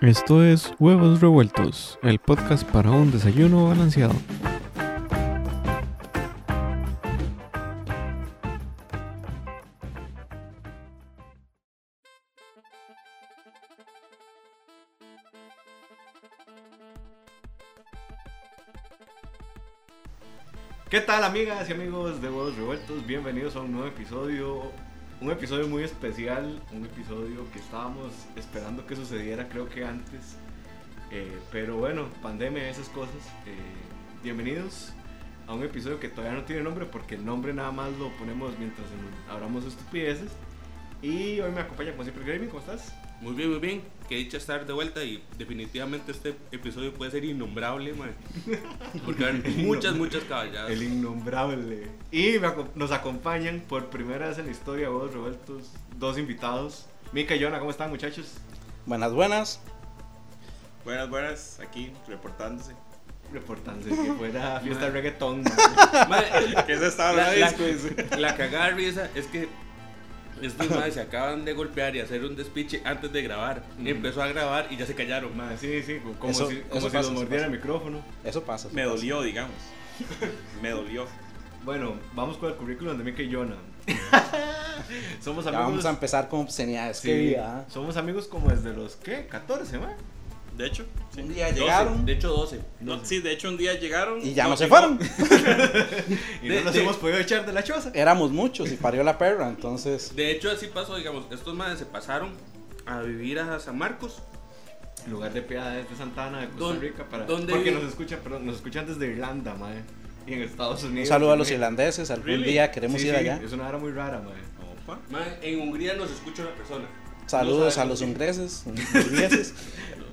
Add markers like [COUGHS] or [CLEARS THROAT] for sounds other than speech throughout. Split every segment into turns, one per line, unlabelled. Esto es Huevos Revueltos, el podcast para un desayuno balanceado.
¿Qué tal amigas y amigos de Huevos Revueltos? Bienvenidos a un nuevo episodio, un episodio muy especial, un episodio que estábamos esperando que sucediera creo que antes, Eh, pero bueno, pandemia, esas cosas. Eh, bienvenidos a un episodio que todavía no tiene nombre porque el nombre nada más lo ponemos mientras en- hablamos estupideces. Y hoy me acompaña como siempre Gravy, ¿cómo estás?
Muy bien, muy bien. Qué dicha estar de vuelta y definitivamente este episodio puede ser innombrable, man. Porque
[LAUGHS]
hay muchas, muchas caballadas.
El innombrable. Y me aco- nos acompañan por primera vez en la historia de Huevos Revueltos dos invitados. Mica y Jonah, ¿cómo están muchachos?
Buenas, buenas.
Buenas, buenas, aquí reportándose.
reportándose que
[LAUGHS]
fuera fiesta de reggaetón.
Mae,
[LAUGHS]
Que se estaba
la,
la
la-
disco, dice.
la cagada de risa es que
[LAUGHS]
estos madres se acaban de golpear y hacer un despiche antes de grabar. Empezó a grabar y ya se callaron, mae.
Ma, sí, sí, como
Eso-
si,
eso
como si
pasa,
los
eso
mordiera el
pasa.
micrófono.
Eso pasa. eso
Me
pasa.
dolió, digamos. Me dolió.
Bueno, vamos con el currículum de Mika y
[LAUGHS]
Jonah. somos
Ya
amigos.
vamos a empezar con obscenidades.
sí,
Qué vida. ¿eh?
somos amigos como desde los, ¿qué? 14, ma.
De hecho, sí.
Un día
12,
llegaron
de hecho, 12.
No, sí, de hecho un día llegaron.
y ya no, se
llegó.
fueron.
Y
De-
no nos
de-
hemos podido echar de la choza.
Éramos muchos y parió la perra, entonces.
De hecho, así pasó, digamos. Estos madres se pasaron a vivir a San Marcos.
Lugar de piedades de Santana, de Costa
¿Dónde-
Rica, para,
dónde
porque
vi-
nos escuchan, perdón, nos escuchan desde Irlanda, ma. Y en Estados Unidos.
Un saludo a los
también.
irlandeses. Algún
Really?
día queremos
Sí,
ir
sí,
allá.
Es una hora muy rara, ma.
Opa.
Mae, en Hungría nos escucha una persona.
Saludos a los hongreses, ingleses. [CLEARS THROAT]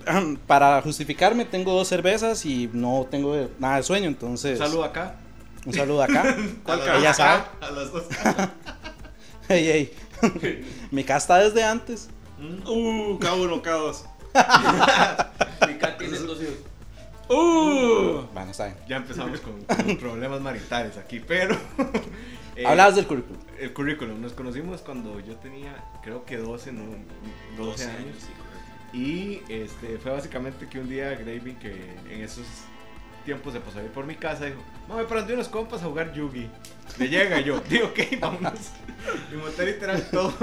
Ahem, Para justificarme, tengo dos cervezas y no tengo nada de sueño, entonces.
Saludo acá.
Un saludo acá.
[LAUGHS]
¿Cuál
A las-
Ella sabe.
A las dos.
Ey, ey. [LAUGHS] Mi casa está desde antes.
Uh, K1, K2.
Mica tiene dos hijos.
Uh.
Bueno, está bien.
[LAUGHS] Ya empezamos con, con problemas maritales aquí, pero. [LAUGHS] eh,
Hablabas del currículum.
El currículum. Nos conocimos cuando yo tenía, creo que 12, no, 12,
12
años.
años, sí, correcto.
Y este, fue básicamente que un día Gravy, que en esos tiempos se pasó a ir por mi casa, dijo: Mami, pero andé unos compas a jugar Yugi. Le llega y yo, [LAUGHS] digo, ok, vámonos. [LAUGHS] Y monté literal todo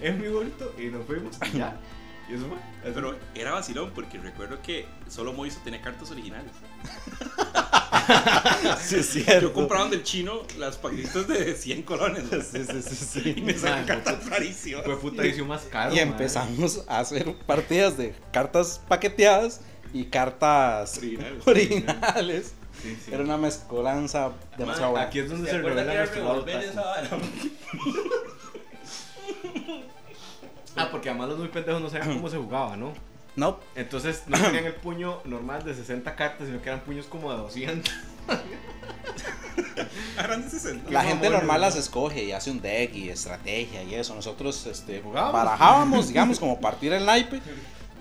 en mi bulto y nos fuimos y ya. Y eso fue. Así.
Pero era vacilón porque recuerdo que solo Moiso tenía cartas originales.
[LAUGHS] Sí, es
Yo compraba del chino las paquetitos de 100 colones. ¿no?
Sí, sí, sí,
Y
sí.
me salían
Man,
cartas rarísimas.
fue puta edición más caro.
Y
madre.
empezamos a hacer partidas de cartas paqueteadas y cartas [LAUGHS]
Originales.
originales.
Sí, sí.
Era una mezcolanza demasiado
Ma,
buena.
Aquí es donde
¿Se
se
acuerdan
revela
que
nuestro
era
lado
revolver
otaku.
esa vara?
Ah, porque además los muy pendejos no sabían cómo se jugaba, ¿no?
No,
Entonces [CLEARS THROAT] no tenían el puño normal de 60 cartas, sino que eran puños como de 200.
Eran de 60.
la
Qué
gente
mamones,
normal
¿no?
las escoge y hace un deck y estrategia y eso. Nosotros este,
Jugábamos.
barajábamos, digamos,
[LAUGHS]
como partir el naipe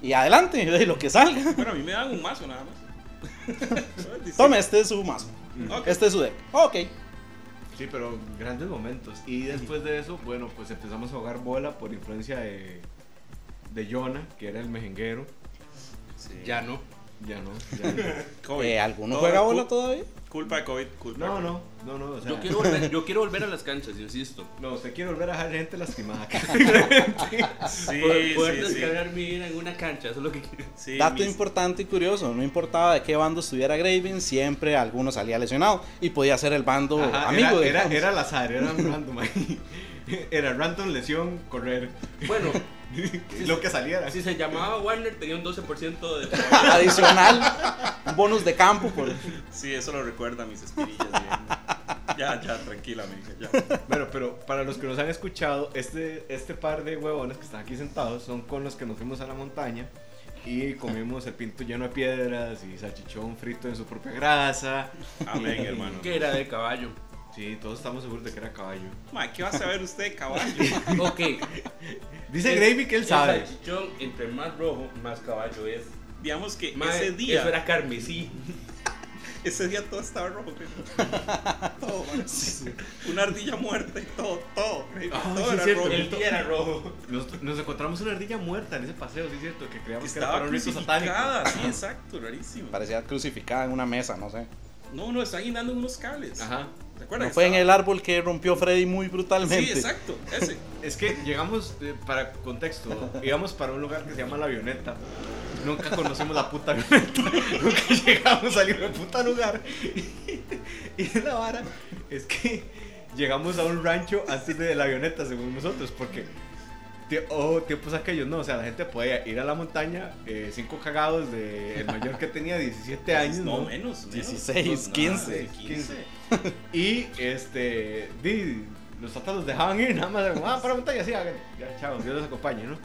y adelante, [LAUGHS] de lo que salga.
Bueno, a mí me daban un mazo nada más.
Tome, este es su mazo.
Ok.
Este es su deck. Ok.
[LAUGHS] Sí, pero grandes momentos. Y después de eso, bueno, pues empezamos a jugar bola por influencia de, de Jonah, que era el mejenguero.
Sí.
Ya no.
[LAUGHS] Ya no, ya [LAUGHS] no.
COVID.
Eh, ¿Alguno
Todo
juega
cul-
bola todavía?
Culpa de COVID. Culpa
No,
de
no, no, no, o sea,
Yo quiero, volver, yo quiero volver a las canchas, insisto.
No, usted quiere volver a dejar gente
[LAUGHS]
lastimada.
Sí,
poder poder
sí, sí.
descargar mi vida en una cancha, eso es lo que quiero.
Sí,
Dato
mis-
importante y curioso, no importaba de qué bando estuviera Graven, siempre alguno salía lesionado y podía ser el
Oh,
bando
Ajá,
amigo.
era,
digamos.
era, era al azar, era random ahí. [LAUGHS] Era random, lesión, correr. [LAUGHS]
Bueno,
Lo que saliera.
si se llamaba Warner tenía un 12% de... [LAUGHS]
[LAUGHS] adicional, un bonus de campo. por-
Sí, eso lo recuerda a mis espirillas. bien. ya, ya, tranquila, amiga. Ya.
Bueno, pero para los que nos han escuchado, este, este par de huevones que están aquí sentados son con los que nos fuimos a la montaña y comimos el pinto lleno de piedras y salchichón frito en su propia grasa.
Amén, hermano.
Que era de caballo.
Sí, todos estamos seguros de que era caballo.
Ma, ¿Qué va a saber usted de caballo?
Ok.
[LAUGHS] Dice Gravy que él
El
sabe.
salchichón, entre más rojo, más caballo es.
Digamos que
Mae,
E-, ese día,
Eso era carmesí.
ese día todo estaba rojo. creo. todo, ma. Una ardilla muerta y todo, todo. baby.
Ah,
todo
sí,
era
cierto.
rojo.
El
todo era [LAUGHS] rojo.
Nos, nos encontramos una ardilla muerta en ese paseo, sí es cierto, que
Que
creíamos que era
estaba
para un rito satánico.
crucificada, sí, exacto, rarísimo.
Parecía crucificada en una mesa, no sé.
No, no, están guindando unos cables.
Ajá.
¿Te acuerdas?
No
que
fue en
estaba-
el árbol que rompió Freddy muy brutalmente.
Sí,
[LAUGHS]
exacto, ese.
Es que llegamos, eh, para contexto, íbamos para un lugar que se llama La Avioneta. Nunca conocimos la puta avioneta. [LAUGHS] Nunca llegamos a ningún puta lugar. [LAUGHS] Y la vara es que llegamos a un rancho antes de la avioneta, según nosotros, porque. tie- Oh, tiempos aquellos, no, o sea, la gente podía ir a la montaña, eh, cinco cagados de el mayor que tenía 17 años,
No,
¿no?
menos, menos.
16,
No, nada,
15.
15.
[LAUGHS] Y este, di, los tatas los dejaban ir, nada más, era como, ah, para la montaña, sí, háganle. Ya, chao, Dios los acompañe, ¿no?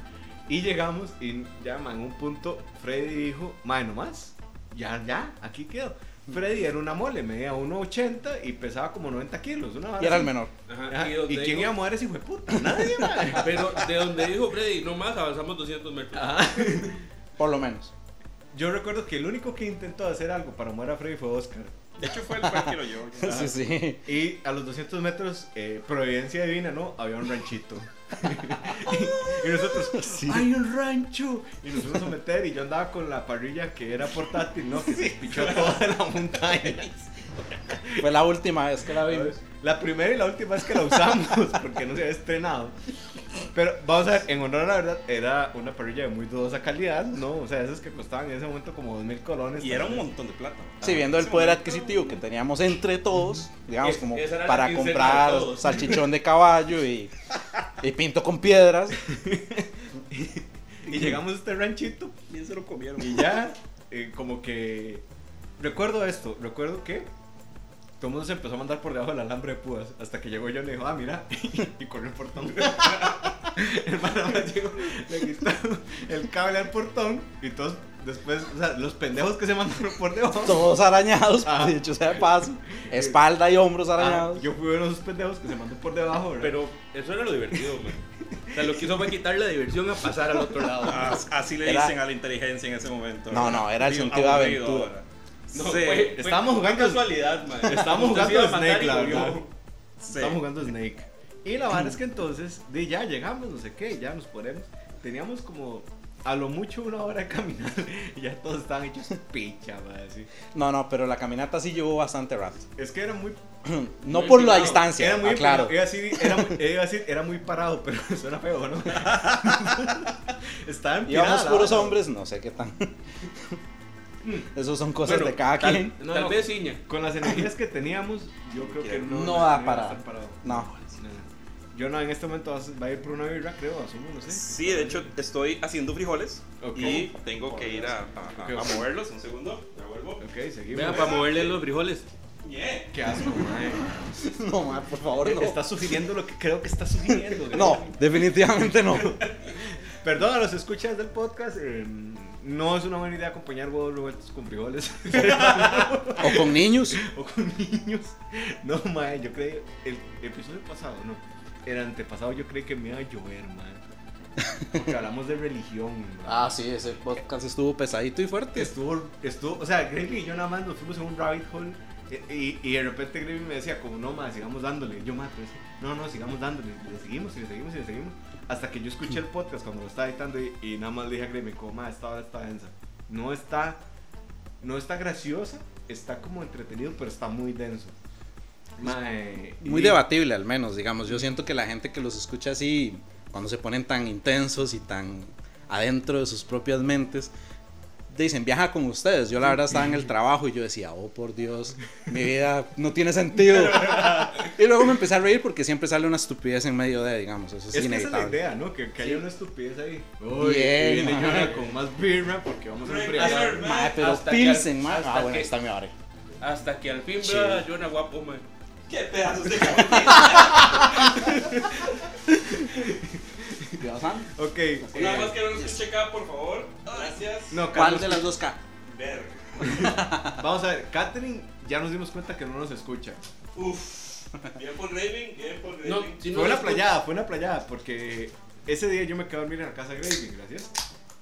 Y llegamos y ya, ma, en un punto, Freddy dijo, madre, nomás, ya, ya, aquí quedó. Freddy era una mole, medía 1,80 y pesaba como 90 kilos, una vara
Y era el
así.
menor.
Ajá,
Ajá,
donde
Ah, ¿Y quién
digo-
iba a mover ese hijo de puta? Nadie, ma.
Pero de donde dijo Freddy, no más avanzamos 200 metros.
Ajá.
Por lo menos. [LAUGHS]
Yo recuerdo que el único que intentó hacer algo para mover a Freddy fue Oscar.
De hecho, fue el cual que lo llevó.
Sí, sí.
Y a los 200 metros, eh, providencia divina, ¿no? Había un
[LAUGHS]
ranchito. y nosotros, ¡hay un rancho! Y nos fuimos a meter y yo andaba con la parrilla que era portátil, ¿no? Que se pichó toda la montaña.
Fue la última vez que la vimos.
La primera y la última es que la usamos porque no se había estrenado. Pero vamos a ver, en honor a la verdad, era una parrilla de muy dudosa calidad, ¿no? O sea, esas que costaban en ese momento como 2.000 colones.
Y era un montón de plata.
Sí, viendo el poder adquisitivo que teníamos entre todos, digamos,
Es-
como
esa era la
para
quincena de
comprar
todos.
salchichón de caballo y, y pinto con piedras.
Y llegamos a este ranchito
Bien se lo comieron.
Y ya, eh, como que. Recuerdo esto, recuerdo que. Todo el mundo se empezó a mandar por debajo del alambre de púas. Hasta que llegó yo y le dijo, ah, mira. [LAUGHS] Y corrió el portón. [LAUGHS] el maná llegó, le quitó el cable al portón. Y todos, después, o sea, los pendejos que se mandaron por debajo.
Todos arañados,
Ajá.
de hecho sea de paso. Espalda y hombros
Ah,
arañados.
yo fui uno de esos pendejos que se mandó por debajo, ¿verdad?
Pero eso era lo divertido, man. O sea, lo que hizo fue quitar la diversión a pasar al otro lado.
Ah, así le
Era-
dicen a la inteligencia en ese momento.
No, no, era el
Digo,
sentido de
aburrido
aventura.
ahora.
No,
sí,
pues,
fue- fue
estábamos
pura
jugando-
casualidad, man.
[LAUGHS] estábamos
Usted se
jugando
iba a
Snake,
matar y
la
murió.
verdad.
sí.
Estamos jugando Snake. Y la verdad es que entonces, de ya llegamos, no sé qué, ya nos ponemos. Teníamos como a lo mucho una hora [LAUGHS] de caminar y ya todos estaban hechos picha, madre. sí.
No, no, pero la caminata sí llevó bastante rato.
Es que era muy.
No
Muy
por la
empinado.
distancia,
era muy.
Ah, claro.
Iba a, decir, era, muy- eh, iba a decir, era muy parado, pero [LAUGHS] suena feo, ¿no? Estaban
Íbamos puros hombres, no Mm. sé qué tan. Esos son cosas
Pues
Bueno,
de cada
tal-
quien.
No,
tal
no.
vez Iña.
Con las energías que teníamos, yo creo que no.
No da
no iba a
para-
estar parado.
No. [LAUGHS]
No. Yo no, en este momento vas- va a ir por una birra, creo, asumo, no sé.
Sí, de hecho estoy haciendo frijoles
Ok.
y tengo que ir a, a- a- a moverlos. Un segundo, me vuelvo.
Ok, seguimos.
Vea, para moverle los frijoles.
Yeah.
Qué asco, madre.
No, ma, por favor, no.
Está sugiriendo lo que creo que está sugiriendo. güey.
No, definitivamente [LAUGHS] no.
Perdón a los escuchas del podcast. eh, no es una buena idea acompañar huevos revueltos con frijoles
O con niños.
o con niños. No, mae, yo creí. El episodio pasado, no. El antepasado yo creí que me iba a llover, mae. Porque hablamos de religión, mae.
Ah, sí, ese podcast estuvo pesadito y fuerte.
Estuvo, estuvo, o sea, Gravy y yo nada más nos fuimos en un rabbit hole eh, y, y de repente Gravy me decía, como no, más, sigamos dándole. Yo, más, no, no, sigamos dándole. Y Le seguimos y le seguimos y le seguimos. Hasta que yo escuché el podcast cuando lo estaba editando y, y nada más le dije a Gravy, como, ma, esta hora está densa. No está, no está graciosa, está como entretenido, pero está muy denso. Mae,
Muy
y-
debatible, al menos, digamos. Yo siento que la gente que los escucha así, cuando se ponen tan intensos y tan adentro de sus propias mentes, dicen, viaja con ustedes. Yo la verdad estaba en el trabajo y yo decía, oh, por Dios, mi vida no tiene sentido. Y luego me empecé a reír porque siempre sale una estupidez en medio de, digamos, eso es,
Es que esa es la
inevitable.
idea, ¿no? Que, que haya una estupidez ahí.
Bien,
y viene
mae.
Jonah con más birra porque vamos a embriagar.
Ma, pero
Hasta que-
Pilsen, ma.
hasta
Ah, bueno,
que-
está mi hora.
Hasta que al fin
Sí.
vea a Jonah guapo, man.
Qué este pedazos de
Ok.
Nada
eh,
más que no nos escuche acá, por favor. Gracias.
No,
[LAUGHS] ¿Cuál
Carlos,
de las dos K?
Ver.
Vamos a ver, Katherine ya nos dimos cuenta que no nos escucha.
Uf. Bien por Raven, bien por Raven.
No, si no
fue una
lo escu-
playada, fue una playada, porque ese día yo me quedé a dormir en la casa de Gravy, gracias.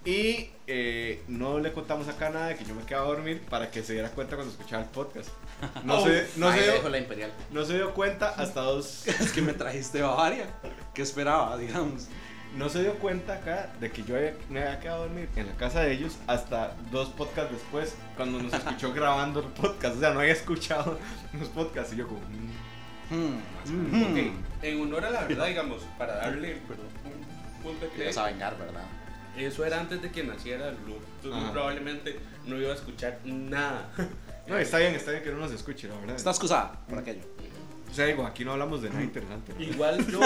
Y eh, no le contamos acá nada de que yo me quedaba a dormir para que se diera cuenta cuando escuchaba el podcast.
[LAUGHS]
No, se, no, se, dio,
la imperial.
no se dio cuenta hasta dos...
Es que me trajiste Bavaria. ¿Qué esperaba, digamos?
No se dio cuenta acá de que yo había- me había quedado a dormir en la casa de ellos hasta dos podcasts después, cuando nos escuchó [LAUGHS] grabando el podcast. O sea, no había escuchado los podcasts. Y yo, como, "Mm".
Hmm,
Mm, Ok,
hmm.
En honor a la verdad, digamos, para darle un punto de
Te vas
crédito,
a vengar, ¿verdad?
eso era antes de que naciera Lu. Entonces, muy
Ajá.
probablemente no iba a escuchar nada. [LAUGHS]
no, está bien, está bien que no nos escuche, la verdad.
Está excusada por aquello.
O sea, digo, aquí no hablamos de nada interesante. ¿no?
Igual yo,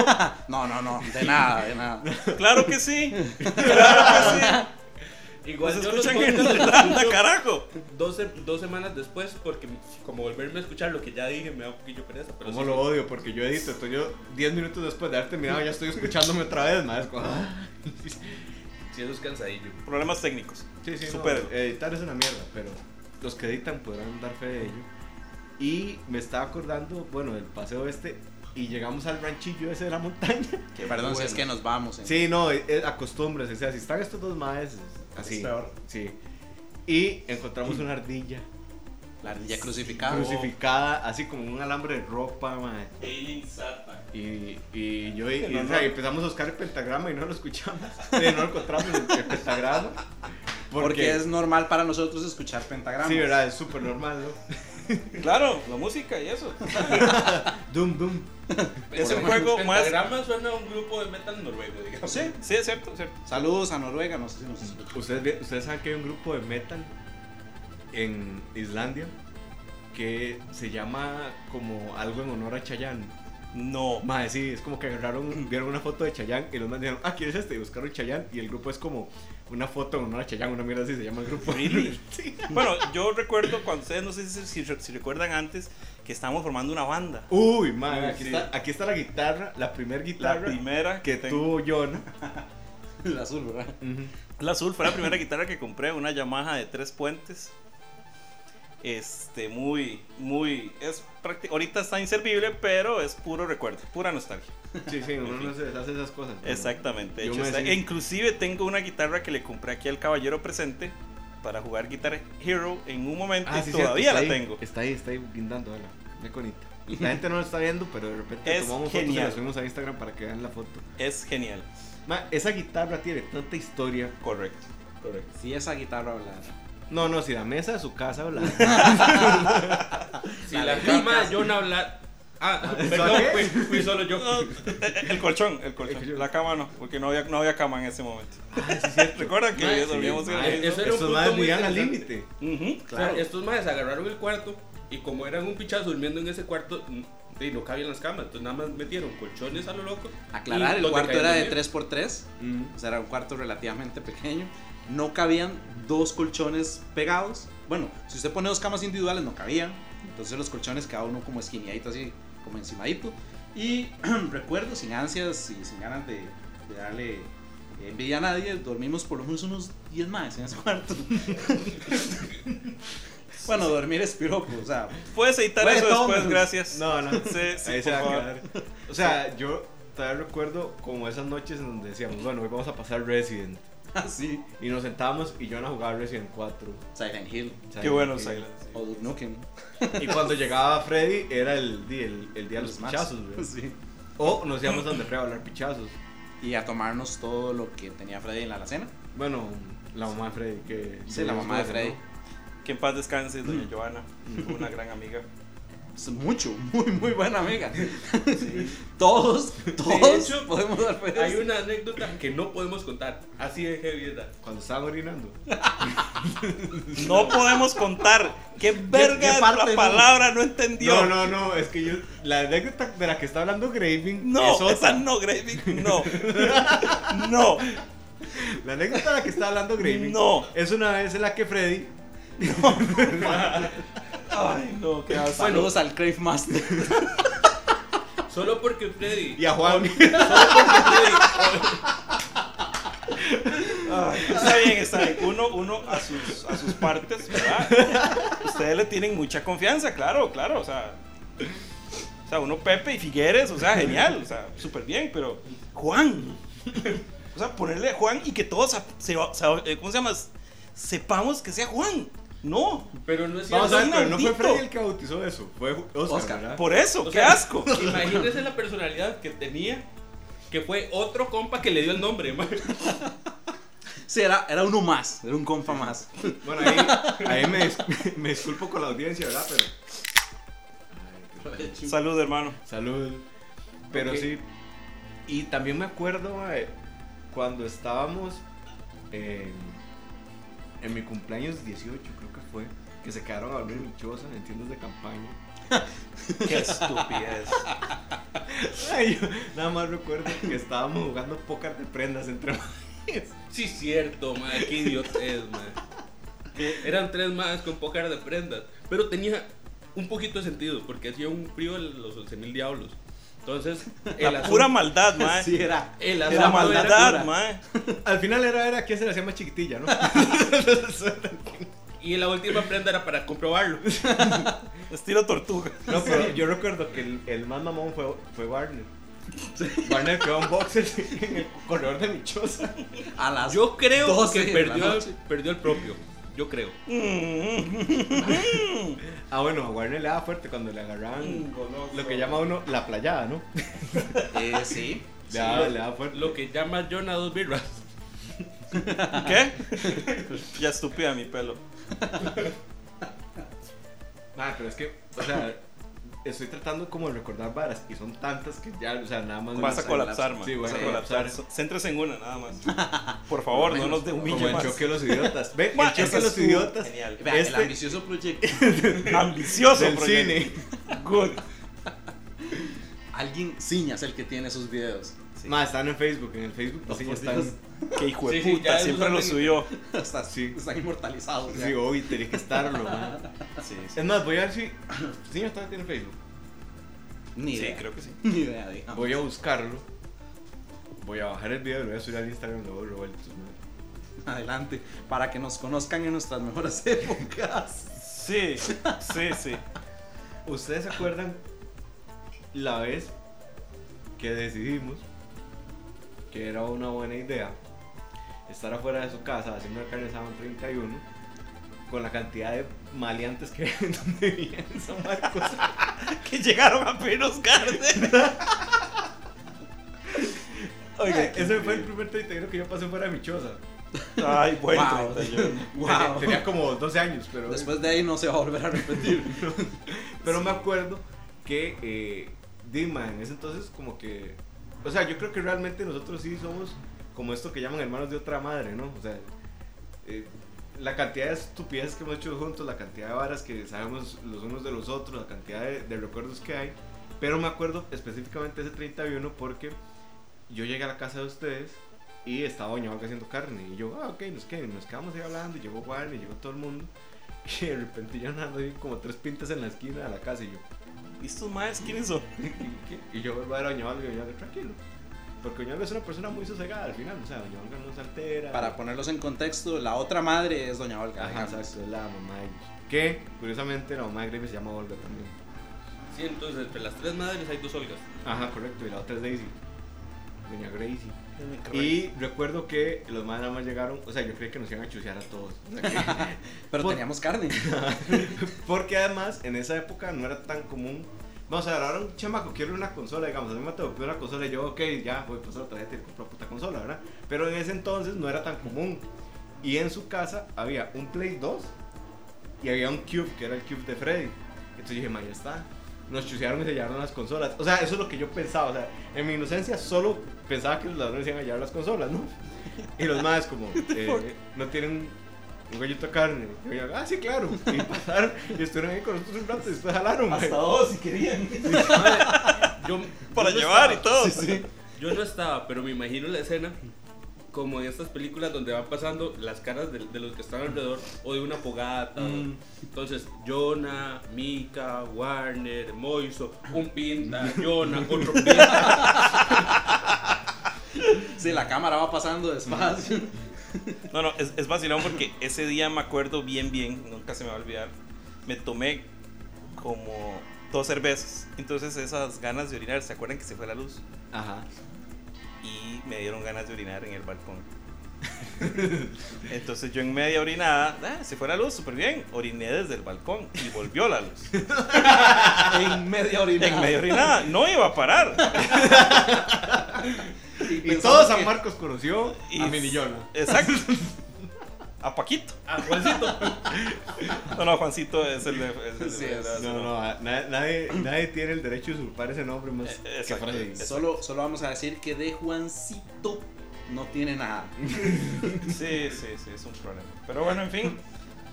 No, no, no,
[LAUGHS]
de nada, de nada.
Claro que sí. Claro que sí.
igual
Nos
yo los
escuchan en
podcasts los
Irlanda,
escucho
carajo.
dos, se- dos semanas después, porque como volverme a escuchar lo que ya dije me da un poquillo pereza. Pero
Cómo
sí,
lo odio, porque yo edito, entonces yo 10 minutos después de haber terminado ya estoy escuchándome otra vez, más
sí, eso es cansadillo.
Problemas técnicos.
Sí, sí, no, Eh.
Supéralo.
editar es una mierda, pero los que editan podrán dar fe de ello. Y me estaba acordando, bueno, del paseo este y llegamos al ranchillo ese de la montaña.
[LAUGHS]
Perdón si es
bueno.
que nos vamos. ¿eh?
Sí, no, eh, acostúmbrense, o sea, si están estos dos maes, así.
Peor.
Sí. Y encontramos una ardilla
La ardilla crucificada.
crucificada, así como un alambre de ropa, mae.
Alien Satan.
Y, y yo y,
Que
y,
no,
o sea,
no.
empezamos a buscar el pentagrama y no lo
[LAUGHS]
escuchamos. Eh, no encontramos el, el pentagrama.
Porque es normal para nosotros escuchar pentagramas.
Sí, verdad, es súper normal, ¿no?
Claro, la música y eso.
Dum, dum.
Es
Por
un
lo menos
juego más-
Pentagrama suena a un grupo de metal noruego, digamos.
Sí, sí, es cierto, es cierto.
Saludos a Noruega, no sé si nos escuchan.
Ustedes, ve- ustedes saben que hay un grupo de metal en Islandia que se llama como algo en honor a Chayanne.
No.
Mae, sí, es como que
[LAUGHS]
agarraron, vieron una foto de Chayanne y los más dijeron, ah, ¿quién es este? Y buscaron Chayanne y el grupo es como una foto en honor a Chayanne, una mierda así se llama el grupo.
Really?
[LAUGHS] Sí.
Bueno, yo recuerdo cuando ustedes, no sé si, si, si recuerdan antes, que estábamos formando una banda.
Uy, mae, aquí,
Sí.
está, aquí está la guitarra, la primera
La
guitarra
primera
que
tengo-
tuvo Jonah.
El azul, ¿verdad?
La azul fue
[LAUGHS]
la primera guitarra que compré, una Yamaha de tres puentes. Este, muy, muy. Es prácti- ahorita está inservible, pero es puro recuerdo, pura nostalgia.
Sí, sí, uno no se deshace de esas cosas. ¿no?
Exactamente. de
Yo
hecho,
me
está- e
decía- "Ah,
Inclusive tengo una guitarra que le compré aquí al caballero presente para jugar Guitar Hero en un momento
Ah,
y
sí, cierto,
todavía
está
la
ahí,
tengo.
Está ahí, está ahí guindando, vela. Qué bonita. La gente no lo está viendo, pero de repente
Es
tomamos fotos y
genial.
las subimos a Instagram para que vean la foto.
Es genial.
Ma, esa guitarra tiene tanta historia.
Correcto.
Si esa guitarra hablara.
No, no, si la mesa de su casa habla.
[LAUGHS] Si la prima de John habla. [LAUGHS] Ah, perdón,
¿Sabe?
fui, fui solo yo.
El colchón, el colchón. La cama no, porque no había, no había cama en ese momento. [LAUGHS] ¿Recuerdan que
Mae, sí,
dormíamos en
mae,
el
eso era un
Eso
punto
más
muy
vivían al
interesante.
límite.
Ujú.
O sea, estos madres agarraron el cuarto y como eran un pichazo durmiendo en ese cuarto, mm, y no cabían las camas, entonces nada más metieron colchones a lo loco.
Aclarar,
y
el
donde
cuarto
caían
era de
dormir.
3x3,
Mm.
o sea, era un cuarto relativamente pequeño. No cabían dos colchones pegados. Bueno, si usted pone dos camas individuales, no cabían. Entonces los colchones, cada uno como esquineadito, así, como encimadito. Y [CLEARS THROAT] recuerdo, sin ansias y sin ganas de, de darle eh, envidia a nadie, dormimos por lo menos unos 10 más en ese cuarto. [LAUGHS] bueno, dormir es piropo, o sea, [LAUGHS]
Puedes editar
Bueno,
eso después,
pues,
gracias.
No, no.
Sí, sí,
ahí se
por
va a
favor.
quedar. O sea, yo todavía recuerdo como esas noches en donde decíamos, bueno, hoy vamos a pasar Resident.
así.
Y nos sentábamos y yo a jugar Resident 4.
Silent Hill
Qué bueno,
Silent
Silent. sí.
o Duke Nukem.
Hill. Y cuando llegaba Freddy era el, di- el, el día de los
Los más.
pichazos, güey.
[LAUGHS] Sí.
O nos íbamos donde Freddy a hablar pichazos.
y a tomarnos todo lo que tenía Freddy en la alacena.
Bueno, la mamá de Freddy que...
Sí, la mamá de
¿no?
Freddy.
Que en paz descanse, doña Joana. Una gran amiga.
Es mucho, muy, muy buena amiga. Todos, todos
hecho,
podemos dar fe de
Hay
eso.
una anécdota que no podemos contar, así de heavy es la-
Cuando estaba orinando.
No podemos contar. ¿Qué
qué
verga es
parte
la
no?
palabra no entendió?
No, no, no, es que yo... La anécdota de la que está hablando Graving
No,
es otra.
esa no, Graving, no. No,
La anécdota de la que está hablando Graving
No.
es una vez en la que Freddy
ay, no, qué asco.
Saludos al Crave Master.
Solo porque Freddy.
y a Juan...
Está bien, está bien. Uno, uno a, sus, a sus partes, ¿verdad? Ustedes le tienen mucha confianza, claro, claro. O sea, o sea, uno Pepe y Figueres, o sea, genial, o sea, súper bien, pero Juan. O sea, ponerle a Juan y que todos, se, se- eh, ¿cómo se llama? Sepamos que sea Juan. No,
Pero no es
Vamos a ver,
cierto.
pero no fue
Maldito.
Freddy el que bautizó eso, fue Oscar,
Oscar,
¿verdad?
por eso,
O [LAUGHS]
qué
sea,
asco.
Imagínese la personalidad que tenía. que fue otro compa que le dio el nombre, ma.
Sí, era, era uno más, era un compa más.
Bueno, ahí, ahí me, dis- [LAUGHS] me disculpo con la audiencia, ¿verdad? Pero. Ay, qué bueno.
Salud, hermano.
Salud. Pero
Ok.
sí. Y también me acuerdo mae, cuando estábamos en, en mi cumpleaños 18, creo que fue, que se quedaron a dormir en mi choza, en tiendas de campaña.
[LAUGHS] Qué estupidez.
Ay, yo nada más recuerdo que estábamos jugando póker de prendas entre [LAUGHS] maes.
Sí, cierto, ma, qué idiotez, ma. Eran tres más con poca de prendas, pero tenía un poquito de sentido, porque hacía un frío de los 11 mil diablos. Entonces,
[LAUGHS]
el
La
asun-
pura maldad, mae.
Sí, era.
el
La,
asunto era-
maldad, mae.
Al final era, era quien se le hacía más chiquitilla,
[LAUGHS]
¿no?
Y la última prenda era para comprobarlo.
Estilo tortuga.
No, pero yo recuerdo que el, el más mamón fue, fue Warner. Warner quedó un boxer
[LAUGHS]
en el corredor de mi choza.
A las
[LAUGHS]
Yo creo
12
que
de la
perdió,
noche.
perdió el propio. Yo creo.
Mm,
Ah, bueno, a Warner le daba fuerte cuando le agarraban lo que llama uno la playada, ¿no?
Eh, sí.
Le
sí.
daba, le daba fuerte.
Lo que llama John a dos birras.
[LAUGHS] ¿Qué? ya estúpida mi pelo.
Ah, pero es que, o sea, estoy tratando como de recordar varas y son tantas que ya, o sea, nada más.
Vas a colapsar, mae.
Sí, voy
Vas
a
a colapsar.
colapsar.
Céntrese en una, nada más. [LAUGHS] Por favor, no nos de
Como
humille
el
más.
choque de los idiotas.
[LAUGHS]
Ve,
Mae,
el choque
esa
de los
estuvo
idiotas.
Genial.
Vea, El
Este-
ambicioso proyecto.
Ambicioso
Del
proyecto.
cine.
Good.
Alguien ciñas el que tiene esos videos. Sí.
Más, están en Facebook. En el Facebook,
No,
sí, ya
por
están.
Dios.
Qué hijo de
Sí, sí,
puta,
ya
siempre
usan
lo
de-
subió.
Están,
Sí.
están inmortalizados. ya.
Sí, hoy tenés que estarlo, man.
Sí, sí.
Es más, voy a ver si. Sí, no está tiene Facebook.
Ni
Sí,
idea.
creo que sí.
Ni idea, digamos.
Voy a buscarlo. Voy a bajar el video y lo voy a subir al Instagram de vos, Roberto. ¿no?
Adelante. Para que nos conozcan en nuestras mejores [LAUGHS] épocas.
Sí, sí, sí.
¿Ustedes se acuerdan la vez que decidimos que era una buena idea estar afuera de su casa haciendo el carne asada en 31 con la cantidad de maleantes que [LAUGHS] había en donde vivía en San Marcos?
[LAUGHS] Que llegaron a pedirnos [LAUGHS] carne.
Oiga, ese fue el primer 31 que yo pasé fuera de mi choza.
Ay, bueno.
Wow.
Tenía,
Wow.
tenía como 12 años, pero.
Después de ahí no se va a volver a repetir.
Pero me acuerdo que eh, Dima en ese entonces como que... O sea, yo creo que realmente nosotros sí somos como esto que llaman hermanos de otra madre, ¿no? O sea, eh, la cantidad de estupideces que hemos hecho juntos, la cantidad de varas que sabemos los unos de los otros, la cantidad de, de recuerdos que hay. Pero me acuerdo específicamente ese 31 porque yo llegué a la casa de ustedes y estaba Doña Olga haciendo carne. Y yo, ah, ok, nos, quedamos, nos quedamos ahí hablando. Y llegó Juan y llegó todo el mundo. [LAUGHS] Y de repente yo nada, vi como tres pintas en la esquina de la casa. Y yo, [LAUGHS]
¿Y estos madres quiénes son?
¿qué? Y yo vuelvo a ver a Doña Olga y Doña Olga, tranquilo. Porque Doña Olga es una persona muy sosegada al final. O sea, Doña Olga no se altera.
Para ponerlos en contexto, la otra madre es Doña Olga.
Ajá,
digamos.
exacto, es la mamá de ellos. Que, curiosamente, la mamá de Greve se llama Olga también.
Sí, entonces entre las tres madres hay dos Olgas.
Ajá, correcto. Y la otra es Daisy. Doña Gracie. Y recuerdo que los más nada más llegaron, o sea, yo creí que nos iban a chusear a todos. O sea, que-
Pero
Por-
teníamos carne.
[LAUGHS] Porque además en esa época no era tan común. Vamos a ver, ahora un chamaco quiere una consola, digamos, a mí me tocó una consola y yo, ok, ya voy a pasar la tarjeta y le compro la puta consola, ¿verdad? Pero en ese entonces no era tan común. Y en su casa había un Play 2 y había un Cube, que era el Cube de Freddy. Entonces yo dije, ma, ya está. Nos chusearon y se llevaron las consolas. O sea, eso es lo que yo pensaba. O sea, en mi inocencia solo pensaba que los ladrones iban a llevar las consolas, ¿no? Y los más como, eh, no tienen un gallito de carne. Y yo, ah, sí, claro. Y pasaron y estuvieron ahí con nosotros un rato y después jalaron. mae.
dos si querían.
Yo,
[LAUGHS] Para
yo no
llevar y
estaba.
todo.
Yo no estaba, pero me imagino la escena como en estas películas donde van pasando las caras de, de los que están alrededor o de una fogata. o- Entonces, Jonah, Mika, Warner, Moiso, un pinta, Jonah, otro pinta.
Sí, la cámara va pasando despacio.
No, no, es, es vacilón porque ese día me acuerdo bien, bien, nunca se me va a olvidar. Me tomé como dos cervezas. Entonces esas ganas de orinar, ¿se acuerdan que se fue la luz?
Ajá.
y me dieron ganas de orinar en el balcón. [LAUGHS] Entonces yo en media orinada, ah, se fue la luz, súper bien, oriné desde el balcón y volvió la
[LAUGHS]
luz.
en media orina.
En media orinada, no iba a parar.
Y
pensaba
todo San
que-
Marcos conoció
Y-
a Minillona.
Exacto. A Paquito.
Ah, Juancito.
No, no, Juancito es el de. es el de-
Sí,
el de-
es-
[LAUGHS] No, no, a- na- nadie, nadie tiene el derecho de usurpar ese nombre más
Eh,
que
exacto.
Freddy.
Solo, solo vamos a decir que de Juancito no tiene nada.
Sí, sí, sí, es un problema. Pero bueno, en fin.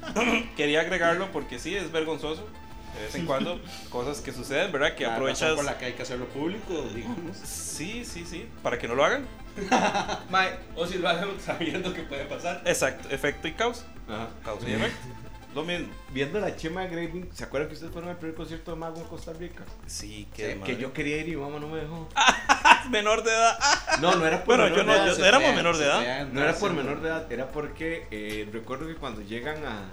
[COUGHS] Quería agregarlo porque sí, es vergonzoso. De vez en cuando, cosas que suceden, ¿verdad? Que
La razón
aprovechas.
por la que hay que hacerlo público, digamos.
Sí, sí, sí. Para que no lo hagan.
Mae, o si lo hagan sabiendo que puede pasar.
Exacto. Efecto y causa.
Ajá.
Causa y efecto. Lo mismo.
Viendo la Chema de Graving, ¿se acuerdan que ustedes fueron al primer concierto de Mago en Costa Rica?
Sí,
Que,
que,
que yo quería ir y mi mamá no me dejó.
menor de edad. Ah,
No, no era por
Bueno,
menor
yo
de
no,
edad.
yo-
Se
éramos
puede-
menor de
se
edad.
puede
No era por
entrar,
menor de edad, era porque eh, recuerdo que cuando llegan a.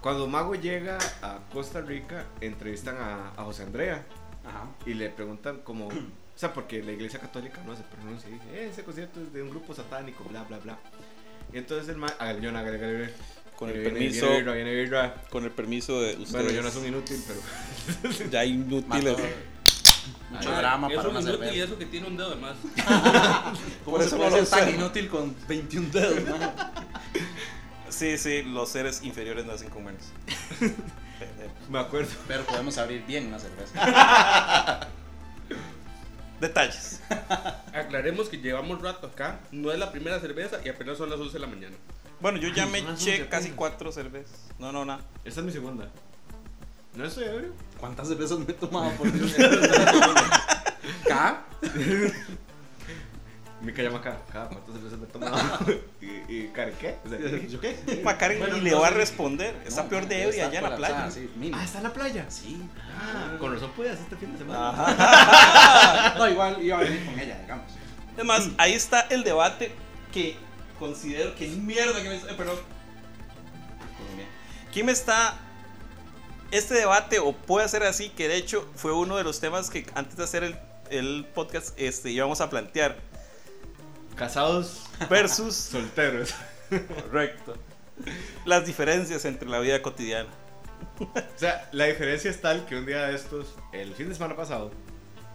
Cuando Mago llega a Costa Rica, entrevistan a, a José Andrea
Ajá.
y le preguntan como. O sea, porque la iglesia católica no se pronuncia y dice: "Eh, Ese concierto es de un grupo satánico, bla, bla, bla. Y entonces el ah, man. Hágale, Jonah, hágale, hágale, hágale.
Con el
Viene, viene,
permiso-
Viene birra, viene birra.
Con el permiso de ustedes.
Bueno, Jonah es un inútil, pero. [LAUGHS]
[LAUGHS]
Ya inútiles.
Mató- Mucho
Mae,
drama
es
para
un
una
inútil y
cerveza.
eso que tiene un dedo además.
¿Cómo
Por
se
eso
puede
no lo
ser tan
observo.
inútil con 21 dedos, man?
Sí, sí, los seres inferiores nacen con menos. Pendejo.
Me acuerdo.
Pero podemos abrir bien una cerveza.
Detalles.
Aclaremos que llevamos rato acá, no es la primera cerveza y apenas son las 11 de la mañana.
Bueno, yo ya
Ay,
me
son las
eché
once
casi
apenas.
cuatro cervezas. No, no, nada.
Esta es mi segunda. ¿No estoy ebrio?
¿Cuántas cervezas me he tomado por Dios?
[LAUGHS]
¿K?
Mica llama acá. Cada cuántas cervezas me he tomado. y, y Karen, ¿qué? O sea,
¿Yo qué?
Ma, Karen
Bueno,
ni le va a
entonces-
responder. Está
No,
peor de
ya
ebria
está
allá en la
colapsada,
playa.
Sí, mínimo.
Ah, está en la playa.
Sí.
Ah, con razón podías este fin de semana.
Ajá.
No, igual iba a venir con ella, digamos.
Es más, ahí está el debate que considero que mierda que me. eh, perdón.
Colombia.
¿Quién me está.? Este debate, o puede ser así, que de hecho fue uno de los temas que antes de hacer el, el podcast este, íbamos a plantear.
Casados,
[LAUGHS]
Versus
solteros.
Correcto. Las diferencias entre la vida cotidiana.
O sea, la diferencia es tal que un día de estos, el fin de semana pasado,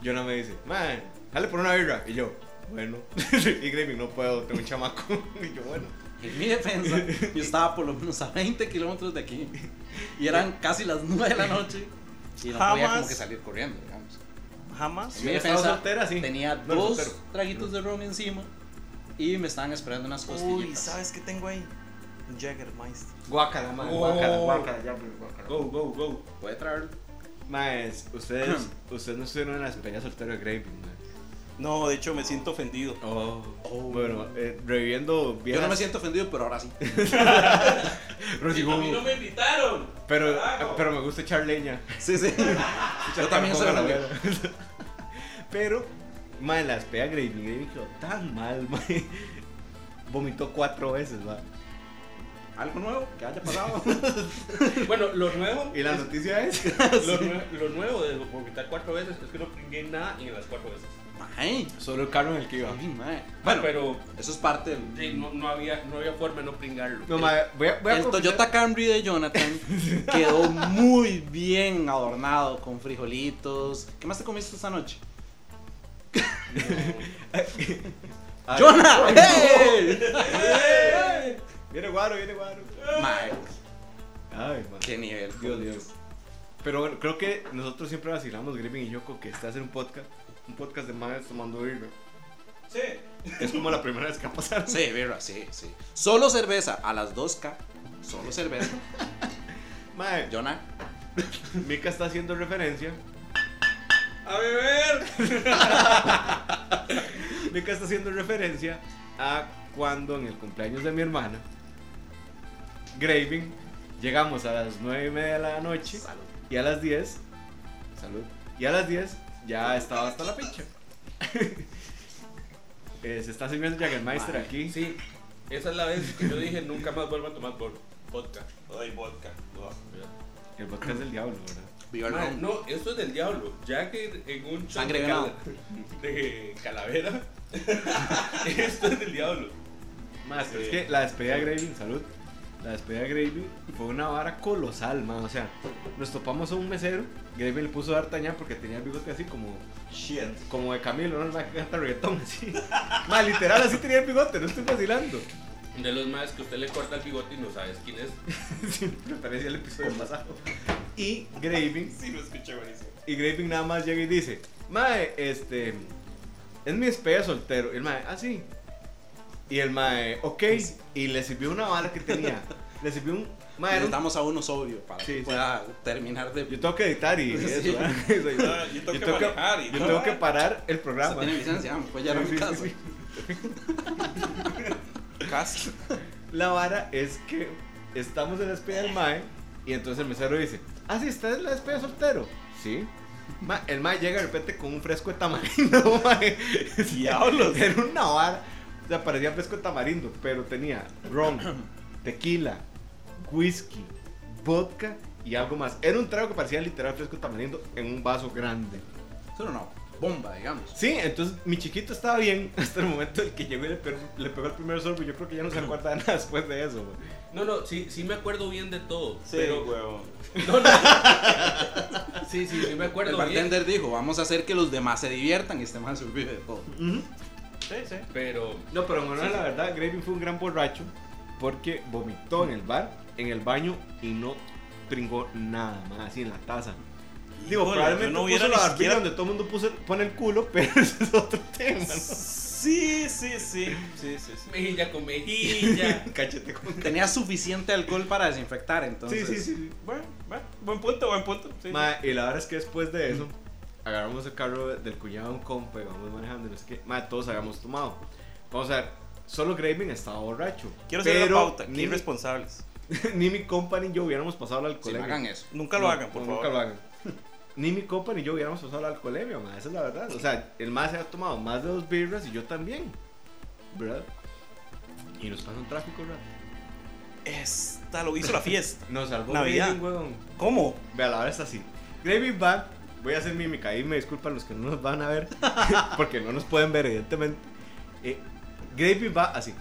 Jonah me dice, man, dale por una birra. Y yo, bueno. [LAUGHS] y Gremlin, no puedo, tengo un chamaco. [LAUGHS] y yo, bueno.
En mi defensa, yo estaba por lo menos a 20 kilómetros de aquí. Y eran casi las 9 de la noche. Y no podía
Jamás.
como que salir corriendo, digamos.
Jamás.
En mi
yo estaba
defensa,
soltera, sí.
tenía
No,
dos
soltero.
traguitos de ron encima. Y me estaban esperando unas costillitas.
Uy, ¿sabes qué tengo ahí? Un Jägermeister.
Guácala, man.
Oh.
Guácala, guácala, ya, pues, guácala.
Go, go, go.
Puede traerlo.
Maes, [CLEARS THROAT] ustedes, ustedes no estuvieron en la despedida soltero de Gremlin, man.
No, de hecho me siento ofendido.
Oh. Bueno, eh, reviviendo
Yo
viejas-
no me siento ofendido, pero ahora sí.
Pero, digo,
me invitaron.
pero, pero me gusta echar leña. [LAUGHS]
Sí, sí. Yo también soy la
Pero, [LAUGHS] Pero, mae, la despedida de Gremlin Gremlin quedó tan mal, [LAUGHS] mae. Vomitó cuatro veces, va.
Algo nuevo que haya pasado.
Bueno, lo
[LAUGHS]
nuevo,
Y la noticia es.
lo, nue- lo nuevo de vomitar cuatro veces es que no pringué nada en las cuatro veces.
[LAUGHS] Ay,
Solo el carro en el que iba.
ay, mae.
Bueno,
Bueno,
pero
eso es parte
sí,
del.
no, no había, no había forma de no pringarlo.
No, mae, voy a. Voy a
El
confesar-
Toyota Camry
[LAUGHS]
de Jonathan quedó muy bien adornado con frijolitos. ¿Qué más te comiste esta noche?
Ay,
[LAUGHS] ¡Jonah! ¡Hey!
¡Eh! Viene guaro, viene guaro.
Mae,
Ay, mae.
qué nivel. por
Dios, Dios. Pero bueno, creo que nosotros siempre vacilamos, Griffin y yo, con que está hacer un podcast. Un podcast de maes tomando birra.
Sí.
Es como la primera vez que ha pasado.
Sí, verá, sí, sí. Solo cerveza a las 2K. Solo cerveza.
Mae,
Jonah,
Mika está haciendo referencia.
A beber.
[LAUGHS] Mika está haciendo referencia a cuando en el cumpleaños de mi hermana, Graving, llegamos a las 9 y media de la noche
salud.
y a las 10, salud, y a las 10 ya estaba hasta la pincha. Eh, se está sirviendo Jagermeister
Mae,
aquí.
Sí, esa es la vez que yo dije nunca más vuelvo a tomar vodka. vodka.
Doy vodka.
El podcast del diablo, ¿verdad?
Viva el
Mae,
ron.
no, esto es del diablo. Ya que en un shot
Sangre
de,
venado.
cala- de calavera, [LAUGHS] esto es del diablo.
Más, eh, pero es
Sí.
que la despedida de Graving, salud. La despedida de Graving fue una vara colosal, man. O sea, nos topamos a un mesero. Graving le puso D'Artagnan porque tenía el bigote así como,
Shit.
como de Camilo, ¿no? El man que canta reggaetón [LAUGHS] así. Ma, literal, así tenía el bigote, no estoy [LAUGHS] vacilando.
De los más que usted le corta el bigote y no sabes quién es.
Siempre parecía el episodio pasado. Y Graving,
Sí, lo escuché buenísimo.
y Graving nada más llega y dice, Mae, este, es mi despedida soltero. Y el Mae, ah, sí. Y el Mae, ok. Y le sirvió una bala que tenía. Le sirvió un... Mae, era un-
Necesitamos a uno sobrio para
Sí,
que
sí.
pueda terminar de.
Yo tengo que editar y eso,
[LAUGHS] Sí.
¿verdad? Eso, yo-
Ah, [LAUGHS] yo tengo que manejar y
yo
todo.
tengo que parar el programa.
Usted tiene licencia, ah, me puede llevar a
Sí,
mi
sí,
casa.
sí.
Casi.
La vara es que estamos en la despedida del Mae y entonces el mesero dice, ah, sí, ¿está en la despedida soltero? Sí. Ma- el Mae llega de repente con un fresco de tamarindo, [LAUGHS] Mae. [LAUGHS]
Diablos.
Era una vara. O sea, parecía fresco de tamarindo, pero tenía ron, tequila, whisky, vodka y algo más. Era un trago que parecía literal fresco de tamarindo en un vaso grande.
Eso era una bomba, digamos.
Sí, entonces mi chiquito estaba bien [LAUGHS] hasta el momento en que llegó y le, pe- le pegó el primer sorbo. Yo creo que ya no se acuerda de nada [LAUGHS] después de eso, güey.
No, no, sí, sí me acuerdo bien de todo.
Sí,
pero,
huevón.
No, no. Sí, sí, sí me
El
acuerdo bien.
bartender dijo: Vamos a hacer que los demás se diviertan y este man sobrevive de todo.
Sí, sí.
Pero
No, pero en honor a la verdad, Graving fue un gran borracho porque vomitó en el bar, en el baño y no tringó nada más así en la taza. Digo,
Híjole,
probablemente
yo no
no
hubiera
puso
ni
la barbilla
siquiera-
donde todo el mundo puso- pone el culo, [LAUGHS] pero ese es otro tema, ¿no? [LAUGHS]
Sí, sí, sí. Sí, sí, sí.
mejilla con mejilla.
Cachete con...
Tenía suficiente alcohol para desinfectar, entonces.
Sí, sí, sí.
Bueno, bueno, buen punto, buen punto. Sí,
Ma, y la verdad es que después de eso, agarramos el carro del cuñado de un compa y vamos manejando. y Es que, ma, todos habíamos tomado. Vamos a ver, solo Graving estaba borracho.
Quiero
pero
hacer una pauta, qué
Ni, mi-
irresponsables.
[LAUGHS] ni mi compa ni yo hubiéramos pasado al
Si
alcohol.
no hagan eso.
Nunca lo
No,
hagan, por
no,
favor.
Nunca lo hagan. [LAUGHS] Ni mi compa ni yo hubiéramos pasado la alcoholemia, ma, esa es la verdad. O sea, el más se ha tomado más de dos birras y yo también. ¿Verdad? Y nos pasa un tráfico, ¿verdad?
Esta lo hizo la fiesta.
Nos salvó
Navidad.
Graving, weón.
¿Cómo?
Vea, la hora está así. Graving va, voy a hacer mímica y me disculpan los que no nos van a ver, porque no nos pueden ver, evidentemente. Eh, Graving va así.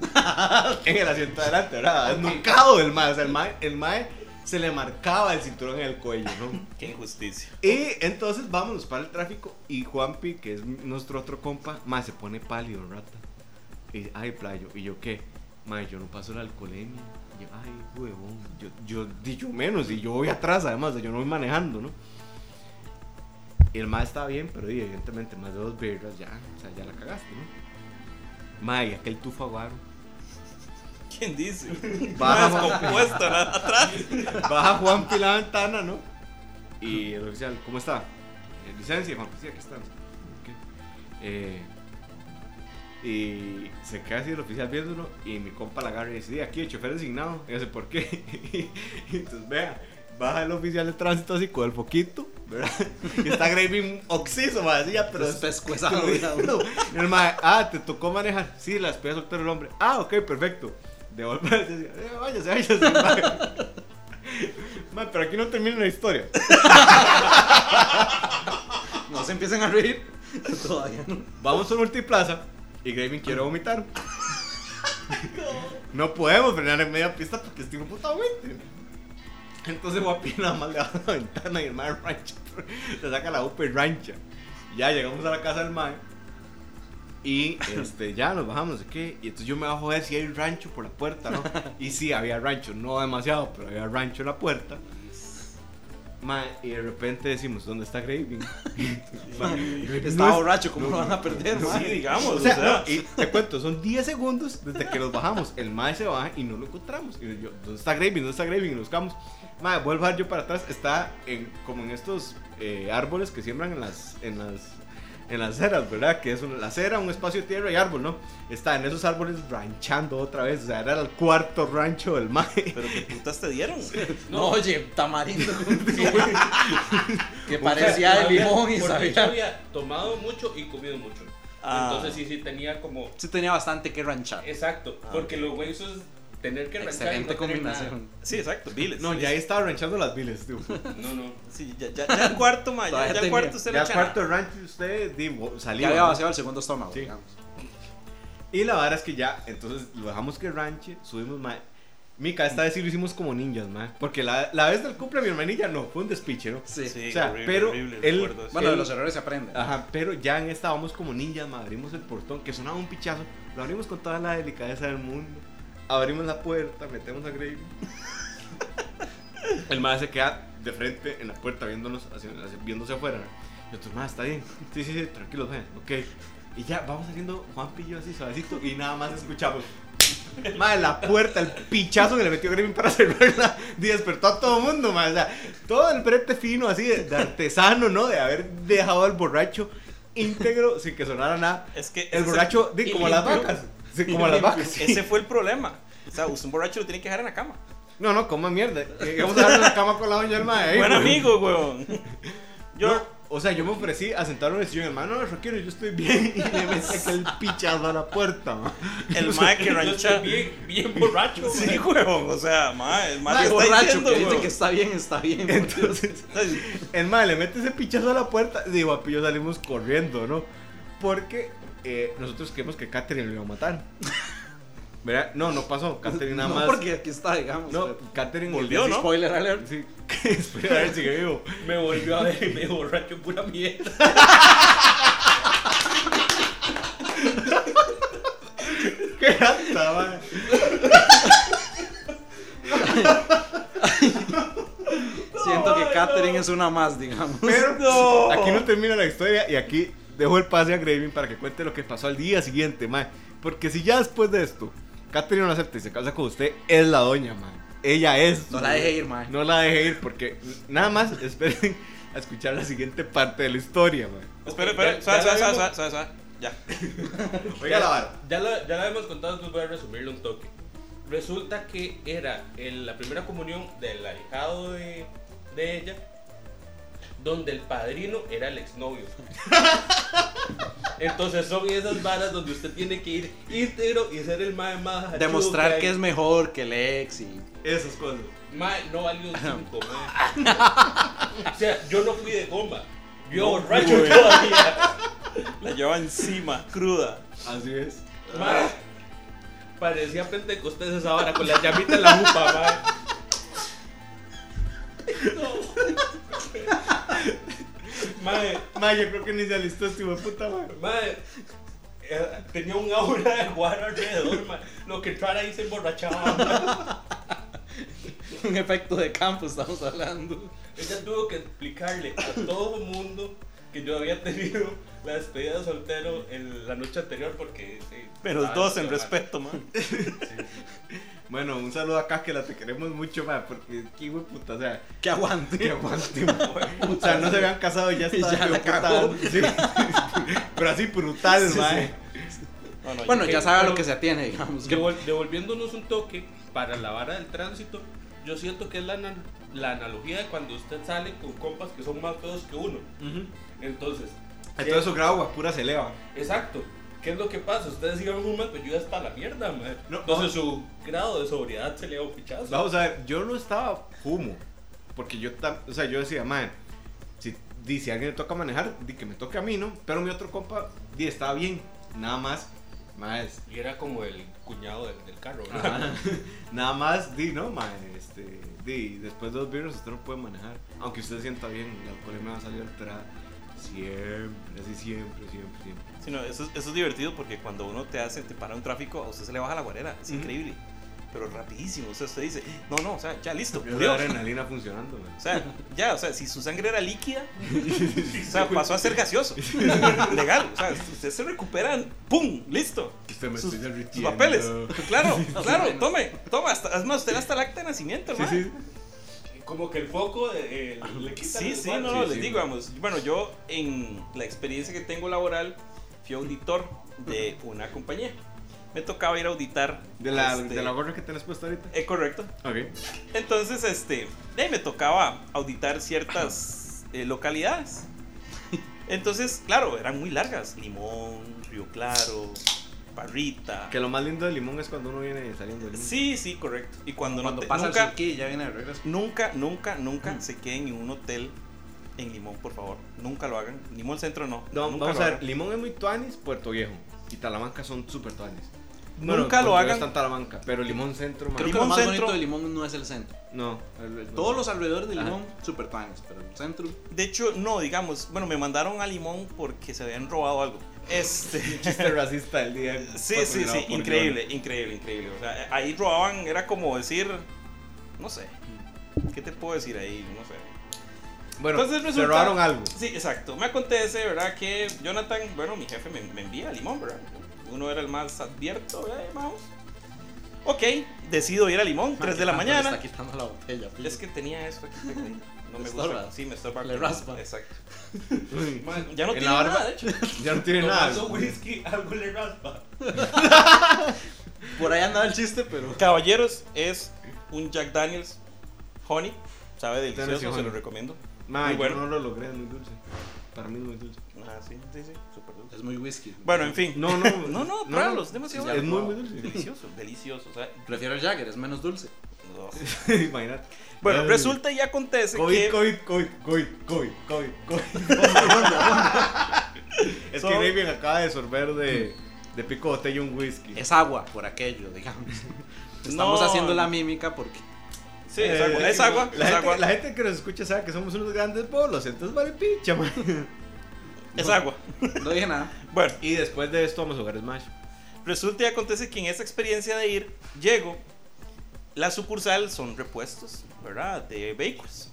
[LAUGHS] en el asiento de adelante, ¿verdad? Nucado el mae. O sea, el mae, el mae se le marcaba el cinturón en el cuello, ¿no?
Qué injusticia.
Y entonces vámonos para el tráfico y Juanpi, que es nuestro otro compa, más se pone pálido, rata. Y dice, ay, playo, ¿y yo qué? Mae, yo no paso la alcoholemia. Y yo, ay, huevón, yo, yo, di yo menos, y yo voy atrás, además, o sea, yo no voy manejando, ¿no? Y el mae está bien, pero di, evidentemente más de dos birras ya, o sea, ya la cagaste, ¿no? Mae, y aquel tufo aguaro.
¿Quién
[LAUGHS]
dice?
Baja,
Más compuesto, nada atrás.
Baja Juan la ventana, ¿no? Y el oficial, ¿cómo está? Eh, Licencia, Juan, sí, aquí estamos. Ok. Eh, y se queda así el oficial viéndolo y mi compa la agarra y dice, "Di, aquí el chofer designado. Y yo sé por qué. [LAUGHS] y entonces, vea, baja el oficial de tránsito así con el foquito, ¿verdad? [LAUGHS] y está Gravy oxiso, madre, así ya, pero...
Pero es pescuezado, digamos.
No, el mae, ah, te tocó manejar. Sí, la despedida soltero el hombre. Ah, ok, perfecto. Devuelve. eh, [LAUGHS] Váyase, váyase. mae. Mae, pero aquí no termina la historia.
No se empiecen a reír. [LAUGHS] Todavía no.
Vamos a multiplaza y Graving quiere vomitar. No podemos frenar en media pista porque estoy puta vomite. Entonces Guapi nada más le baja la ventana y el mae rancha. [LAUGHS] Le saca la UP y rancha. Ya llegamos a la casa del mae. Y este, ya nos bajamos, no sé qué. Y entonces yo me bajo a ver si hay rancho por la puerta, ¿no? Y sí, había rancho, no demasiado, pero había rancho en la puerta. Mae, y de repente decimos, ¿dónde está [LAUGHS] Graving?
Estaba borracho, ¿cómo lo van a perder?
Sí,
madre?
digamos.
O sea, no, y te cuento, son 10 segundos desde que nos bajamos. El mae se baja y no lo encontramos. Y yo, ¿dónde está Graving? ¿Dónde está Graving? Y nos buscamos. Mae, vuelvo a dar yo para atrás. Está en, como en estos eh, árboles que siembran en las, en las, en las ceras, ¿verdad? Que es una, la cera, un espacio de tierra y árbol, ¿no? Está en esos árboles ranchando otra vez. O sea, era el cuarto rancho del mae.
Pero qué putas te dieron.
No, oye, tamarindo con Que parecía de
Había-
limón y
porque yo
sabía.
había tomado mucho y comido mucho.
Ah.
Entonces sí, sí tenía como.
Sí, tenía bastante que ranchar.
Exacto. porque lo güey eso es tener que arrancar y no
Ah, Excelente
tener
combinación.
Sí, exacto, viles.
No, ya ahí estaba ranchando las viles,
[LAUGHS]
tío.
nada. No, no.
Sí, ya, ya, ya el cuarto, ma. Ya,
Todavía
ya el
tenía.
cuarto se lo
Ya
echaron.
cuarto rancho usted digo, salió.
Ya había vaciado el segundo estómago,
Sí.
digamos.
Y la verdad es que ya, entonces lo dejamos que ranche, subimos mae. Mica, esta vez sí lo hicimos como ninjas, ma. Porque la, la vez del cumple de mi hermanilla no, fue un despiche, ¿no?
Sí.
Sí,
o sea,
horrible,
pero
horrible,
él-
recuerdo eso.
Bueno, de
El-
los errores se aprende.
Ajá, pero ya en esta vamos como ninjas, ma. Abrimos el portón, que sonaba un pichazo. Lo abrimos con toda la delicadeza del mundo. Abrimos la puerta, metemos a
[LAUGHS]
Gravy. el ma se queda de frente en la puerta viéndonos, hacia- hacia- viéndose afuera. Y otros, ma, está bien. Sí, sí, sí, tranquilos, ma. Ok. Y ya vamos haciendo Juan Pillo así suavecito y nada más escuchamos. Madre, la puerta, el pichazo que le metió Gremlin para cerrarla y [LAUGHS] despertó a todo el mundo, madre. O sea, todo el brete fino así de, de artesano, ¿no? De haber dejado al borracho íntegro sin que sonara nada.
Es que
El
ese-
borracho, di,
y
como las
limpio.
vacas. sí, como las vacas. sí.
Ese fue el problema. O sea, usted un borracho lo tiene que dejar en la cama.
No, no, coma mierda. Eh, Vamos a dar una cama con la doña eh. Alma ahí.
Buen
güey.
amigo, weón. Yo,
No, o sea, yo me ofrecí a sentarme en el sillón, hermano, no, yo quiero, yo estoy bien. [LAUGHS] Y le metí aquel pichazo a la puerta,
[LAUGHS]
ma.
el mae que
Yo estoy
rancha.
bien, bien borracho.
Sí,
mae.
weón. O sea, mae, el mae
Qué
está
borracho
diciendo,
que dice
weón.
que está bien, está bien. por Dios.
Entonces, el madre le mete ese pichazo a la puerta. y Digo, papi, yo salimos corriendo, ¿no? Porque eh, nosotros creemos que Katherine lo iba a
[LAUGHS]
matar. ¿Verdad? No, no pasó. Katherine nada
no
más.
porque aquí está, digamos.
No,
pero-
Katherine
Volvió,
el-
¿no?
Spoiler alert.
Sí, [LAUGHS] espera a ver si
[LAUGHS]
vivo. [LAUGHS]
Me volvió a ver, [LAUGHS] me borracho pura mierda.
¿Qué gata, madre?
Siento que Katherine es una más, digamos.
Pero
No.
aquí Pues, no termina la historia y aquí dejo el pase a Graving para que cuente lo que pasó al día siguiente, mae. Porque si ya después de esto, Katherine no acepta y se casa con usted, es la doña, mae. Ella es.
No la deje ir, mae.
No la deje ir porque nada más [LAUGHS] esperen a escuchar la siguiente parte de la historia, mae.
Espera,
Ok,
espera.
ya-
Suave,
ya la
suave, suave,
vimos.
suave, suave. Ya.
Oiga la vara.
Ya lo, ya lo habíamos contado, entonces voy a resumirlo un toque. Resulta que era el- la primera comunión del alejado de, de ella, donde el padrino era el
[LAUGHS]
exnovio. Entonces son esas varas donde usted tiene que ir íntegro y ser el más más hachudo
Demostrar
hay.
que es mejor que el ex y.
Esas cosas.
Mae, no valió un 5,
[LAUGHS]
O sea, yo no fui de goma. Yo
No,
borracho
güey.
todavía.
La lleva encima, cruda.
Así es.
Mae, parecía pentecostés esa vara con la llamita en la jupa, mae. No. Mae,
Mae, yo creo que ni se alistó este hijo de puta, mae.
mae. eh, Tenía un aura de guaro alrededor, mae. Lo que entrara ahí se emborrachaba, mae.
Un efecto de campo estamos hablando.
Ella tuvo que explicarle a todo el mundo que yo había tenido la despedida de soltero en la noche anterior porque... sí,
Menos
estaba
dos en
demasiado
respeto, man.
Bueno, un saludo acá que la te queremos mucho, mae, porque qué hijo de puta, o sea,
Que
[LAUGHS]
aguante.
que aguante, mae. O sea, no se habían casado y ya
Y
está.
ya
hijo de
la cagó.
puta. Sí. Pero así brutal,
Sí,
mae.
sí.
No, no,
Bueno,
yo-
ya sabe a lo que se atiene, digamos.
mal. Devol- devolviéndonos un toque para la vara del tránsito, yo siento que es la, ana- la analogía de cuando usted sale con compas que son más feos que uno. Entonces...
Entonces su grado pues, guapura se eleva.
Exacto. ¿Qué es lo que pasa? Ustedes sigan un mal, pues yo ya está la mierda, man.
No,
Entonces su grado de sobriedad se le da un pichazo.
Vamos a ver, yo no estaba fumo. Porque yo, tam- o sea, yo decía, madre, si, di, si alguien le toca manejar, di que me toque a mí, ¿no? Pero mi otro compa, di, estaba bien. Nada más, madre,
Y era como el cuñado del, del carro, ¿no?
nada, [LAUGHS] nada más, di, no, madre, este, di, después de dos birros usted no puede manejar. Aunque usted sienta bien, la alcoholemia va a salir alterada. Siempre, así siempre, siempre, siempre.
Sí, no, eso, es- eso es divertido porque cuando uno te hace, te para un tráfico, a usted se le baja la guarera. Es
Ujú.
increíble. Pero rapidísimo. O sea, usted dice, no, no, o sea, ya listo.
Es
murió".
la adrenalina funcionando, mae.
O sea, ya, o sea, si su sangre
[LAUGHS]
era líquida, o sea, pasó a ser gaseoso. Legal, o sea, ustedes se recuperan, ¡pum! ¡Listo!
Usted me
Sus,
estoy
sus
derritiendo.
papeles. Claro,
[LAUGHS]
claro,
bueno.
tome, toma, hasta, es más, usted hasta el acta de nacimiento,
Sí,
hermano.
sí.
Como que el foco de- eh, le quita
Sí,
el
sí,
guante.
no, no,
Sí,
les
sí.
digo, vamos, bueno, yo en la experiencia que tengo laboral fui auditor de una compañía. Me tocaba ir a auditar.
De la,
este,
de la gorra que tenés puesta ahorita.
eh, correcto.
Ok.
Entonces, este, eh, me tocaba auditar ciertas eh, localidades. [LAUGHS] Entonces, claro, eran muy largas. Limón, Río Claro, Parrita.
Que lo más lindo del limón es cuando uno viene saliendo del limón.
Sí, sí, correcto. Y cuando, no
Cuando
te-
pasa
nunca,
el surquí, ya viene de regreso.
Nunca, nunca, nunca
Mm.
se queden en un hotel en Limón, por favor. Nunca lo hagan. Limón Centro no.
No,
Nunca
vamos
lo
a ver,
hagan.
Limón es muy tuanis, Puerto Viejo. Y Talamanca son súper tuanis. Bueno,
nunca
porque
lo
no
hagan.
está en Talamanca, pero Limón Centro,
Creo
man,
que lo
Limón
más
Centro-
bonito de Limón no es el centro.
No. el- el-
Todos los alrededores de
Ajá.
Limón, super panes, pero el centro.
De hecho, no, digamos, bueno, me mandaron a Limón porque se habían robado algo. Este.
chiste racista del día.
Sí, sí, sí,
patrocinado por
increíble, increíble, increíble. O sea, ahí robaban, era como decir, no sé, ¿qué te puedo decir ahí? No sé.
Limón. Bueno,
Entonces
se
resulta-
robaron algo.
Sí, exacto. Me acontece, ¿verdad? Que Jonathan, bueno, mi jefe me, me envía a Limón, ¿verdad? Uno era el más advierto, ¿verdad? Vamos. Ok, decido ir a Limón, 3 de la
Ah, Tanto le
mañana.
Está quitando la botella. pillo.
Es que tenía esto aquí. tengo- No
Te
me
estorba.
gusta. Sí, me estorba.
Le raspa.
Exacto. Ya no
En
tiene
la barba-
nada, de hecho.
Ya no tiene nada.
whisky, algo le raspa.
Por ahí andaba el chiste, pero.
Caballeros, es un Jack Daniels Honey. Sabe
Tennessee
delicioso, se
Honey.
lo recomiendo.
Ma,
Muy
yo
bueno.
no lo logré, es muy dulce. Para mí es muy dulce.
Ah, sí, sí, sí, súper dulce.
Es muy whisky.
Bueno, en fin.
No, no.
[LAUGHS] No, no, pruébalos, es demasiado
Es muy,
bueno.
muy
[LAUGHS]
dulce.
Delicioso, delicioso. O sea,
Prefiero el Jagger, es menos dulce.
no.
Imagínate.
[LAUGHS] Bueno,
Ay,
resulta y acontece
COVID,
que.
COVID, COVID, COVID, COVID, COVID,
[LAUGHS]
COVID. es
So-
que David acaba de sorber de, de pico de botella un whisky.
Es agua, por aquello, [LAUGHS] digamos. Estamos
No.
haciendo la mímica porque.
Sí, es agua. Eh, Es agua.
Eh, La,
es
gente,
agua.
la gente que nos escucha sabe que somos unos grandes bolos, entonces vale pincha, man.
Es agua.
No dije nada.
Bueno,
Y después de esto vamos a jugar Smash.
resulta y acontece que en esa experiencia de ir, llego. La sucursal son repuestos, ¿verdad? De vehículos.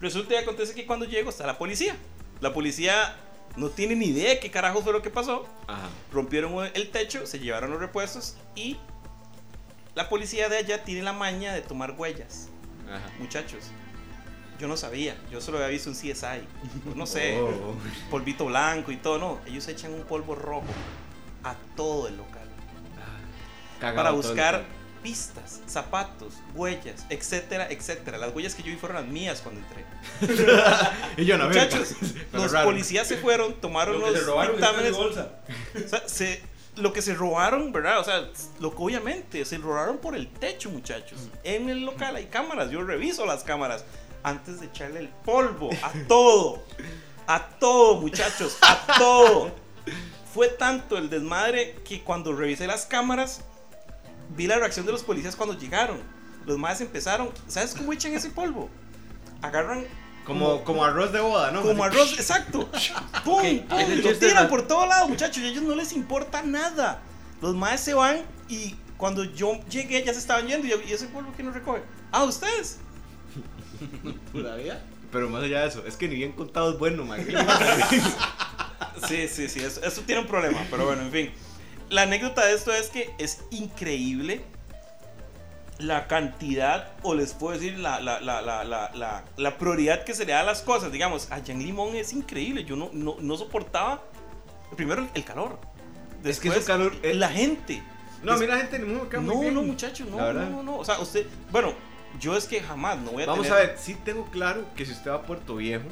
Resulta y acontece que cuando llego está la policía. La policía no tiene ni idea de qué carajo fue lo que pasó.
Ajá.
rompieron el techo, se llevaron los repuestos y la policía de allá tiene la maña de tomar huellas,
Ajá.
muchachos. Yo no sabía, yo solo había visto un CSI, o no sé,
[LAUGHS] Oh.
polvito blanco y todo, no, ellos echan un polvo rojo a todo el local
Cagado
para
todo el
buscar
tiempo.
pistas, zapatos, huellas, etcétera, etcétera. Las huellas que yo vi fueron las mías cuando entré.
Y yo no [LAUGHS]
Muchachos, los policías se fueron, tomaron
Lo que se
los
robaron está en
dictámenes,
mi bolsa.
O sea, se- lo que se robaron, ¿verdad? O sea, lo que obviamente se robaron por el techo, muchachos. En el local hay cámaras, yo reviso las cámaras antes de echarle el polvo a todo. A todo, muchachos, a todo. Fue tanto el desmadre que cuando revisé las cámaras, vi la reacción de los policías cuando llegaron. Los madres empezaron, ¿sabes cómo echan ese polvo? Agarran
Como, como arroz de boda, ¿no?
como arroz, exacto. ¡Pum! pum,
en el
Lo
chiste
tiran
ra-
por todos lados, muchachos. y A ellos no les importa nada. Los maes se van y cuando yo llegué ya se estaban yendo. Y, yo- ¿y ese pueblo que nos recoge. Ah, ustedes.
¿Todavía?
Pero más allá de eso, es que ni bien contado es bueno, man.
Sí, sí, sí. Eso, eso tiene un problema. Pero bueno, en fin. La anécdota de esto es que es increíble la cantidad, o les puedo decir, la, la, la, la, la, la, la prioridad que se le da a las cosas. Digamos, allá en Limón es increíble. Yo no, no, no soportaba, primero, el- el calor.
es que es
Después,
calor. es-
La gente.
[LAUGHS] No, a mí la gente ni me cae muy
No,
bien.
no, muchachos, no,
La verdad.
no, no, no. O sea, usted, bueno, yo es que jamás no voy a
Vamos a
tener-
ver, sí tengo claro que si usted va a Puerto Viejo,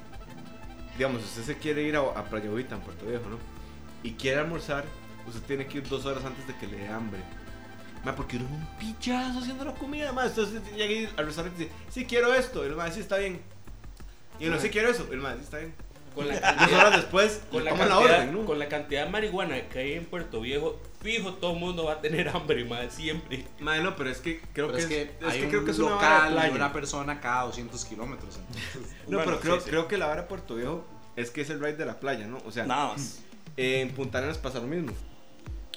digamos, usted se quiere ir a, a Playa Bonita, en Puerto Viejo, ¿no? Y quiere almorzar, usted tiene que ir dos horas antes de que le dé hambre. Ma, porque uno es un pichazo haciendo la comida, más. Entonces usted llega ahí al restaurante y dice, sí quiero esto, el más sí está bien. Y uno, sí quiero eso, el más sí está bien.
Con la
Ah,
Dos
cantidad,
horas después,
con,
le
la
toman la
cantidad,
orden, ¿no?
con la cantidad de marihuana que hay en Puerto Viejo, fijo, todo el mundo va a tener [LAUGHS] hambre, más siempre.
Ma, no, pero es que creo
Pero
que
es que
es
hay
que
un
creo que es una vara de
local y
playa.
una persona cada 200 kilómetros. entonces.
No,
Bueno,
pero creo,
sí, sí.
creo que la vara de Puerto Viejo es que es el ride de la playa, ¿no? O sea,
Nada más.
En Punta Arenas pasa lo mismo.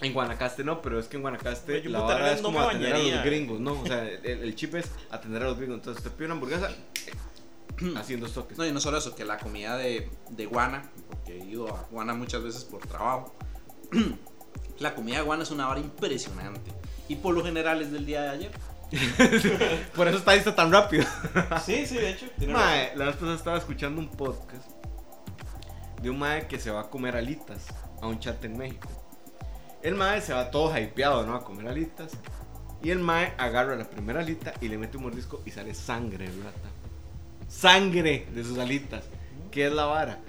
En Guanacaste no, pero es que en Guanacaste
Pero yo en
la
Punta
vara
Arenas
es
no
como
me
atender a los
bañaría.
gringos, ¿no? O sea, el, el chip es atender a los gringos. Entonces te pide una hamburguesa [CLEARS THROAT] haciendo toques.
No, y no solo eso, que la comida de, de Guana, porque he ido a Guana muchas veces por trabajo, [CLEARS THROAT] la comida de Guana es una vara impresionante. Y por lo general es del día de ayer.
Por eso está listo tan rápido.
Sí, sí, de hecho. tiene razón.
Mae, la vez pasada estaba escuchando un podcast de un mae que se va a comer alitas a un chat en México. El mae se va todo hypeado, ¿no? A comer alitas. Y el mae agarra la primera alita y le mete un mordisco y sale sangre, rata. Sangre de sus alitas. ¿Qué es la vara?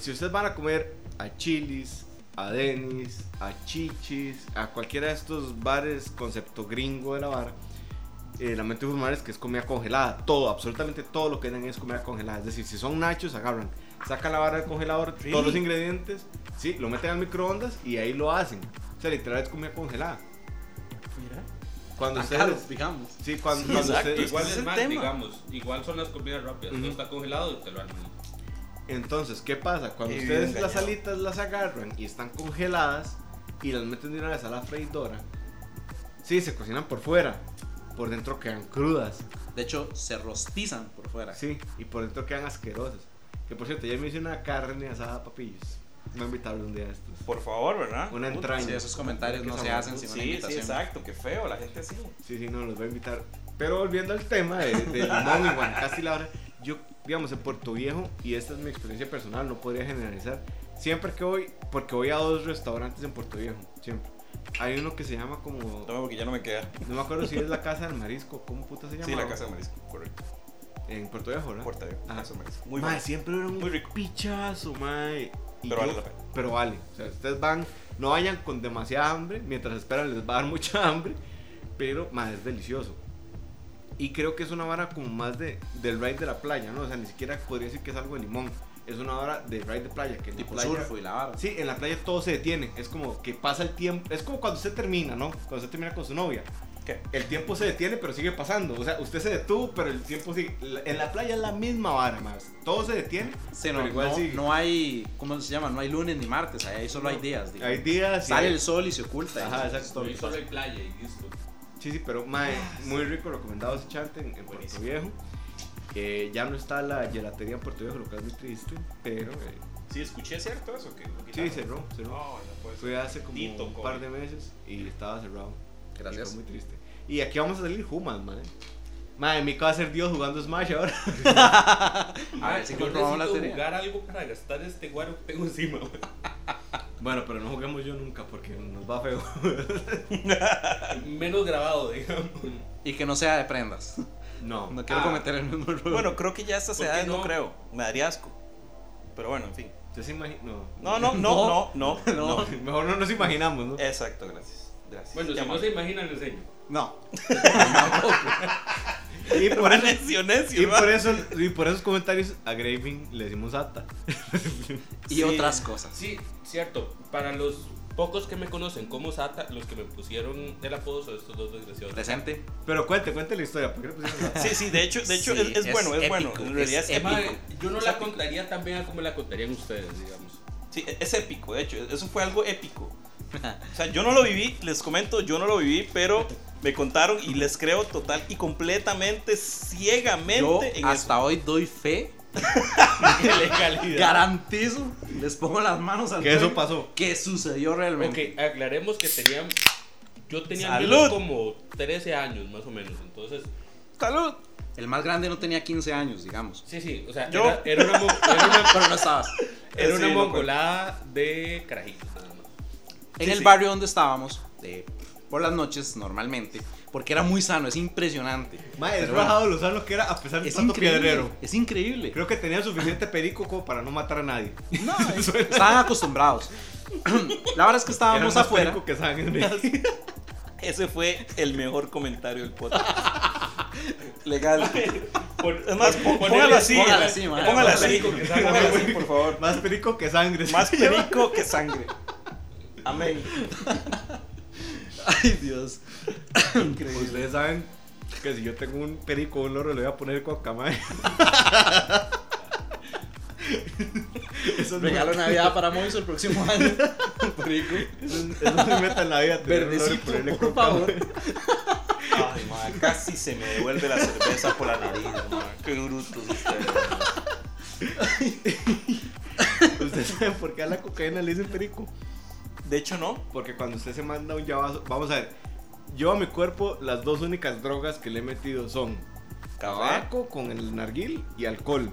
Si ustedes van a comer a Chilis, a Denis, a Chichis, a cualquiera de estos bares concepto gringo de la vara, eh, lamento informar es que es comida congelada. Todo, absolutamente todo lo que den es comida congelada. Es decir, si son nachos, agarran, sacan la vara del congelador,
Really?
todos los ingredientes, sí, lo meten al microondas y ahí lo hacen. O sea, literal es comida congelada.
Mira.
Cuando
Tan
ustedes.
caros, digamos.
Sí, cuando,
Sí,
cuando
exacto.
ustedes-
Igual
ese
es,
es el
más,
tema.
digamos, igual son las comidas rápidas.
Ujú.
No está congelado y te lo arman.
Entonces, ¿qué pasa? Cuando
He
ustedes
vivido
las
engañado.
alitas las agarran y están congeladas y las meten de una vez a la freidora, sí, se cocinan por fuera, por dentro quedan crudas,
De hecho, se rostizan por fuera.
sí, y por dentro quedan asquerosas. Que por cierto, ya me hice una carne asada a papillos. No invitarle un día a estos.
Por favor, ¿verdad?
Una
Puta.
entraña.
Sí, esos comentarios
Qué
no se
sabor.
hacen sin una
Sí, sí,
invitación.
exacto, qué feo, la gente así.
Sí, sí, no, los voy a invitar. Pero volviendo al tema de,
[LAUGHS]
de limón y guanacaste y la hora, yo, digamos, en Puerto Viejo, y esta es mi experiencia personal, no podría generalizar, siempre que voy, porque voy a dos restaurantes en Puerto Viejo, siempre. Hay uno que se llama como,
Toma porque ya no me queda.
no me acuerdo si es la Casa del Marisco, ¿cómo puta se llama?
Sí, la casa de marisco, correcto.
En Puerto Viejo, ¿verdad?
Puerta de
Ajá.
casa de marisco. Muy
Mae,
bueno.
siempre era un
Muy rico.
pichazo, mae. Y
Pero vale la pena.
Pero vale. O sea, ustedes van, no vayan con demasiada hambre. Mientras esperan les va a dar [LAUGHS] mucha hambre. Pero, mae, es delicioso. Y creo que es una vara como más de, del ride de la playa, ¿no? O sea, ni siquiera podría decir que es algo de limón. Es una vara de ride de playa. Que en la
Tipo pues.
playa,
surfo y la vara.
Sí, en la playa todo se detiene. Es como que pasa el tiempo. Es como cuando usted termina, ¿no? Cuando usted termina con su novia.
¿Qué?
El tiempo se detiene, pero sigue pasando. O sea, usted se detuvo, pero el tiempo sigue. La- En la playa es la misma vara, más. Todo se detiene.
Sí, no,
pero igual
no,
sigue.
no hay, ¿cómo se llama? No hay lunes ni martes, ahí solo hay días. digamos.
Hay días. y
Sale
hay-
el sol y se oculta.
Ajá,
eso es
exacto.
todo lo
Y
que
solo
pasa.
hay playa y listo.
Sí, Ah, sí, pero mae, muy rico, recomendado ese chante en, en Puerto Viejo. Eh, ya no está la gelatería en Puerto Viejo, lo que es muy triste, pero. eh,
Sí, escuché cierto eso que lo
sí,
quitaron?
cerró, cerró.
No, no puede ser.
Fui hace como
Dito
un
COVID.
par de meses y estaba cerrado. Y
Gracias.
fue muy triste. Y aquí vamos a salir Humas, mae. Mae, Mica va a ser Dios jugando Smash ahora. [LAUGHS]
A ver
Mae,
si
Ah, yo
comprobamos la
necesito
teoría.
jugar algo para gastar este guaro que tengo encima. [LAUGHS] güey.
Bueno, pero no juguemos yo nunca porque nos va feo.
Menos grabado, digamos.
Y que no sea de prendas.
[LAUGHS] No.
No quiero
Ah.
cometer el mismo error.
Bueno, creo que ya a estas
¿Por qué
edades no?
no?
creo. Me daría asco. Pero bueno, en fin.
¿Usted se imagina? No. Eh, [LAUGHS]
No, no, no, no, no.
[LAUGHS] No.
no.
Mejor no nos imaginamos, ¿no?
Exacto, gracias. Gracias.
Bueno, si no se imaginan, les enseño.
no.
Y por eso,
[LAUGHS] necio,
y
necio.
por eso, y por esos comentarios a Graving le decimos ata.
Y
Sí.
otras cosas.
Sí, cierto. Para los pocos que me conocen como Sata, los que me pusieron el apodo son estos dos desgraciados.
Presente.
Pero cuente, cuente la historia. ¿Por qué le pusimos ata?
Sí, sí, de hecho, de hecho
Sí,
es, es
es
bueno, es
épico,
bueno. En realidad
es
es,
épico.
épico.
Mae, yo no la contaría tan bien a como la contarían ustedes,
[LAUGHS]
digamos. [LAUGHS]
Sí, e-, es épico, de hecho. Eso fue algo épico. O sea, yo no lo viví, les comento, yo no lo viví, pero me contaron y les creo total y completamente, ciegamente
Yo
en
hasta hoy doy fe,
eso. legalidad.
garantizo, les pongo las manos al
Que eso
fuego,
pasó.
que sucedió realmente.
Ok, aclaremos que tenían. Yo tenía al
¡Salud!
menos como 13 años, más o menos. Entonces,
Salud.
El más grande no tenía 15 años, digamos.
sí, sí. O sea,
Yo-
era, era una, mo- era una-
[LAUGHS] Pero no estabas.
era una
Sí, no
mongolada de carajitos, nada más.
En
Sí,
el
sí.
barrio donde estábamos, eh, por las noches normalmente, porque era muy sano, es impresionante.
Mae, es
Pero bueno,
bajado lo sano que era a pesar de
es
tanto
increíble.
piedrero.
Es increíble.
Creo que tenía suficiente perico como para no matar a
[LAUGHS]
nadie.
No, eh. es- estaban acostumbrados. [CLEARS THROAT] La verdad es que
Era
estábamos
más
afuera.
perico que sangre. [LAUGHS]
Ese fue el mejor comentario del podcast. [LAUGHS]
Legal.
Es más,
Ponele-
pó- póngalo así.
póngala así, man.
Póngalo así.
Póngala así,
Póngalo así, por favor.
Más perico que sangre.
Más perico que sangre. Amén.
Ay, Dios.
Ustedes saben que si yo tengo un perico o un loro, le voy a poner coca,
[LAUGHS]
mae. Eso es
Regalo de Navidad para Moiso el próximo año. Rico.
Eso se meta en la vida. tener un loro y
Verdecito,
ponerle
por
coca,
favor.
Ay, ma, casi se me devuelve la cerveza por la nariz, ma. Qué brutos ustedes. ma.
mae. Ustedes saben por qué a la cocaína le dicen perico.
De hecho, no.
Porque cuando usted se manda un llavazo, vamos a ver. Yo a mi cuerpo las dos únicas drogas que le he metido son tabaco con el narguil y alcohol.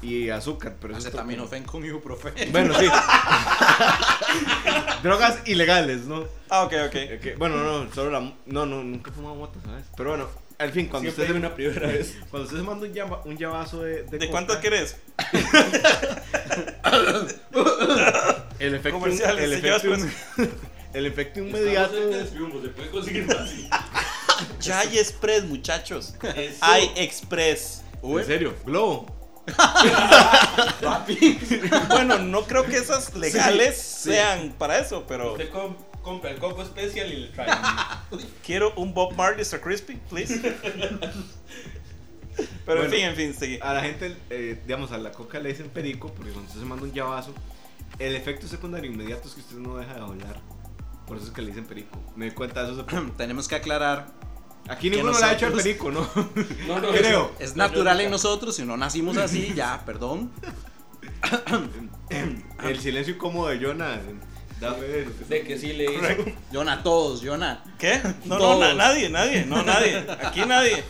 Y azúcar, pero eso es otro tema.
Acetaminofén con ibuprofeno.
Bueno, sí. [LAUGHS] drogas ilegales, ¿no?
Ah, ok, ok.
Eh, que- bueno, no, solo la... No, no, nunca he fumado mota, ¿sabes? Pero bueno, al fin, cuando
Siempre
usted, se,
hay una primera vez.
[LAUGHS] cuando usted se manda un, llava- un llavazo de... ¿De,
¿De
coca,
cuánto querés?
El efecto... El
Comerciales, si
efecto,
llevas
el efecto inmediato...
Estamos en Desviumos, se puede conseguir [LAUGHS] más.
pues, Ya hay express, muchachos.
Eso.
Hay express.
¿En serio? ¿Globo?
Papi.
Bueno, no creo que esas legales
Sí, sí.
sean para eso, pero
Usted con compra el coco especial y le trae.
Quiero un Bob Marley extra crispy, please. Pero en
Bueno.
fin, en fin, sí.
A la gente, eh, digamos, a la coca le dicen perico porque cuando usted se manda un llavazo, el efecto secundario inmediato es que usted no deja de hablar. Por eso es que le dicen perico. Me di cuenta de eso. hace poco.
[CLEARS THROAT] Tenemos que aclarar,
Aquí
Que
ninguno le ha hecho al
nosotros-
perico, ¿no?
[LAUGHS] No, no,
Creo.
es natural en nosotros, si no nacimos así, ya, perdón.
El silencio incómodo de Jonas. Da fe de lo que-
De que sí le hizo.
Jonah, todos, Jonah.
¿Qué? No, no,
Todos.
na- nadie, nadie, no, nadie. Aquí
[LAUGHS]
nadie.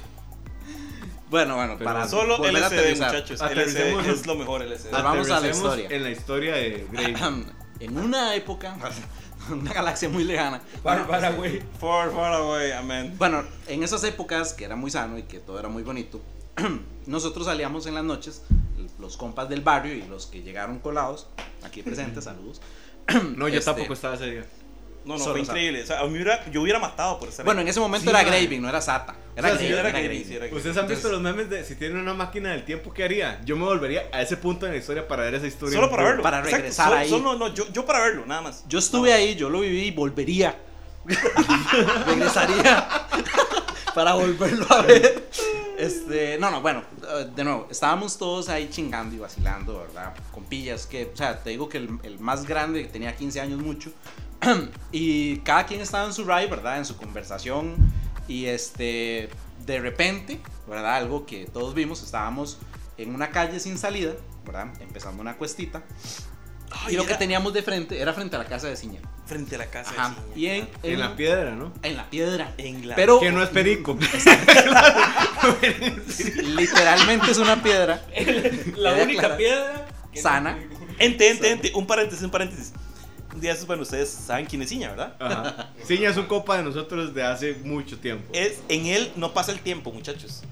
Bueno, bueno,
Pero
para
Solo
volver a
LCD,
aterrizar.
muchachos.
Aterricemos
LCD es
en-
lo mejor, LCD.
Ah, Vamos a la
Aterricemos
historia.
En la historia de Grey.
[CLEARS THROAT] En una época, [LAUGHS] una galaxia muy lejana.
Bárbara, güey.
Far, far away, amén.
Bueno, en esas épocas que era muy sano y que todo era muy bonito, [CLEARS THROAT] nosotros salíamos en las noches, los compas del barrio y los que llegaron colados, aquí
[LAUGHS]
presentes, saludos.
No, yo
Este,
tampoco estaba ese día.
No, no,
Solo
fue
sabe.
increíble. O sea, a mí hubiera- yo hubiera matado por estar
Bueno,
ahí.
en ese momento
Sí,
era
madre.
Graving, no era Sata. Era
O sea,
Graving,
si yo era
era
Graving,
Graving.
si era Graving.
Ustedes han visto los memes de si tienen una máquina del tiempo, ¿qué haría? Yo me volvería a ese punto en la historia para ver esa historia.
Solo para verlo.
Para
Exacto,
regresar
solo-
ahí.
Solo, no, yo, yo para verlo, nada más.
Yo estuve ahí, yo lo viví y volvería. [LAUGHS] Regresaría [LAUGHS] para volverlo a ver. Este, no, no, bueno, eh, de nuevo, estábamos todos ahí chingando y vacilando, ¿verdad? Con pillas, que, o sea, te digo que el, el más grande tenía 15 años mucho. [CLEARS THROAT] y cada quien estaba en su ride, ¿verdad? En su conversación. Y este, de repente, ¿verdad? Algo que todos vimos, estábamos en una calle sin salida, ¿verdad? Empezando una cuestita.
Ay,
y lo que
era
teníamos de frente era frente a la casa de Ciña.
Frente a la casa.
Ajá.
sí.
Y en, en,
En la piedra, ¿no?
en la piedra.
En la-
Pero
Que no es perico.
[LAUGHS] literalmente es una piedra.
[LAUGHS] La
Quería
única
aclarar.
piedra. que no-
Sana.
Ente, ente, ente. Un paréntesis, un paréntesis. Un día, bueno, ustedes saben quién es Iña, ¿verdad?
Ajá. Ciña es un copa de nosotros de hace mucho tiempo.
Es, en él no pasa el tiempo, muchachos.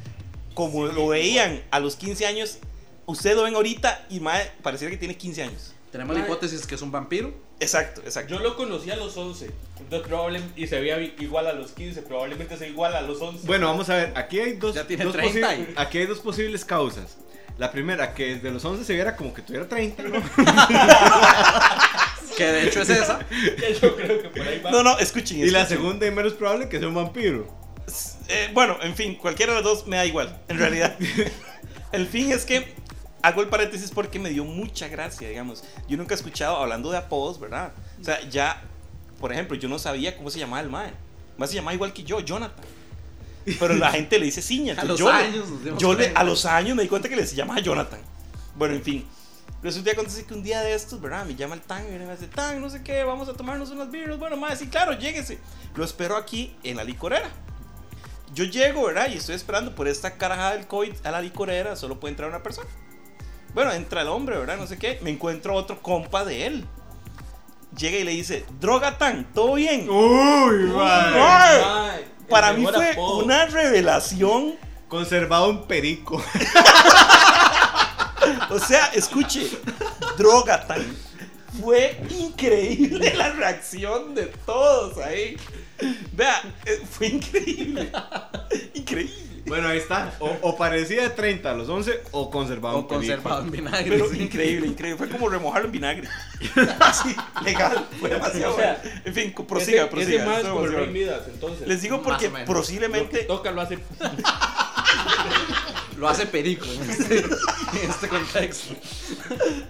Como lo veían a los 15 años, ustedes lo ven ahorita y mae, pareciera que tiene 15 años.
Tenemos la hipótesis que es un vampiro.
Exacto, exacto.
Yo lo conocí a los 11. Entonces, probablemente. Y se veía igual a los 15. Probablemente sea igual a los 11.
Bueno, vamos a ver, aquí hay dos,
Ya tiene
dos
30
posi-
y-
aquí hay dos posibles causas. La primera, que desde los 11 se viera como que tuviera
[LAUGHS]
30, ¿no?
Que de hecho es esa.
[LAUGHS] Yo creo que por ahí va.
No, no, escuchen.
Y la
escuchen.
segunda y menos probable que sea un vampiro.
Eh, bueno, en fin, cualquiera de las dos me da igual,
[LAUGHS]
en realidad. el fin es que hago el paréntesis porque me dio mucha gracia, digamos. Yo nunca he escuchado hablando de apodos, ¿verdad? O sea, ya, por ejemplo, yo no sabía cómo se llamaba el mae. El mae se llamaba igual que yo, Jonathan. Pero
[LAUGHS]
la gente le dice Ciña.
A
entonces
los
yo, le-
años nos dimos
yo le-
cuenta.
a los años me di cuenta que le se llamaba Jonathan. Bueno, en fin. Resulta que acontece que un día de estos, ¿verdad? Me llama el Tan y viene y me dice, Tan, no sé qué, vamos a tomarnos unas birras. Bueno, mae, sí, claro, lléguese. Lo espero aquí en la licorera. Yo llego, ¿verdad? Y estoy esperando por esta carajada del COVID a la licorera, solo puede entrar una persona. Bueno, entra el hombre, ¿verdad? No sé qué. Me encuentro otro compa de él. Llega y le dice, droga tan, ¿todo bien?
Uy, va.
¡Ay!
Ay, el
Para mí
mejor
fue
apodo.
una revelación.
Conservado un perico. [LAUGHS]
O sea, escuche, droga tan. Fue increíble la reacción de todos ahí. Vea, eh, fue increíble. Increíble.
Bueno, ahí está. O, o parecía de 30 a los 11 o conservado
O
un perico.
conservado en vinagre.
Pero
sí.
increíble, increíble. Fue como remojarlo en vinagre. Así, legal. Fue demasiado.
O sea,
bueno. en fin, co- prosiga,
Ese-
prosiga.
Ese más
estuvo
por Rey
demasiado bueno.
Midas, entonces.
Les digo
Más
porque
o menos.
Lo que
posiblemente
toca lo hace.
Lo hace perico en este, [LAUGHS] en este contexto.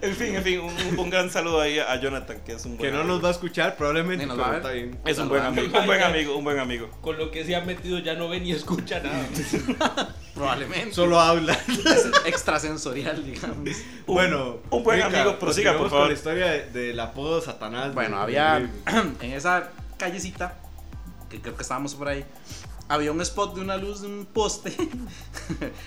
En fin, en fin, un, un gran saludo ahí a Jonathan, que es un
Que
buen
no
amigo.
nos va a escuchar probablemente,
Ni nos
pero
va a
está
ver.
bien.
Es un buen amigo, un buen amigo, un buen amigo.
Con lo que se ha metido ya no ve ni escucha
[LAUGHS]
nada.
Probablemente.
Solo
[LAUGHS]
habla.
Es extrasensorial, digamos.
Un-
[LAUGHS] bueno,
un buen
Mica,
amigo, prosiga, por
continuemos
favor.
con la historia de- del apodo Satanás. de-
Bueno,
de
había
Grey.
[CLEARS THROAT] en esa callecita, que creo que estábamos por ahí, había un spot de una luz de un poste. [LAUGHS]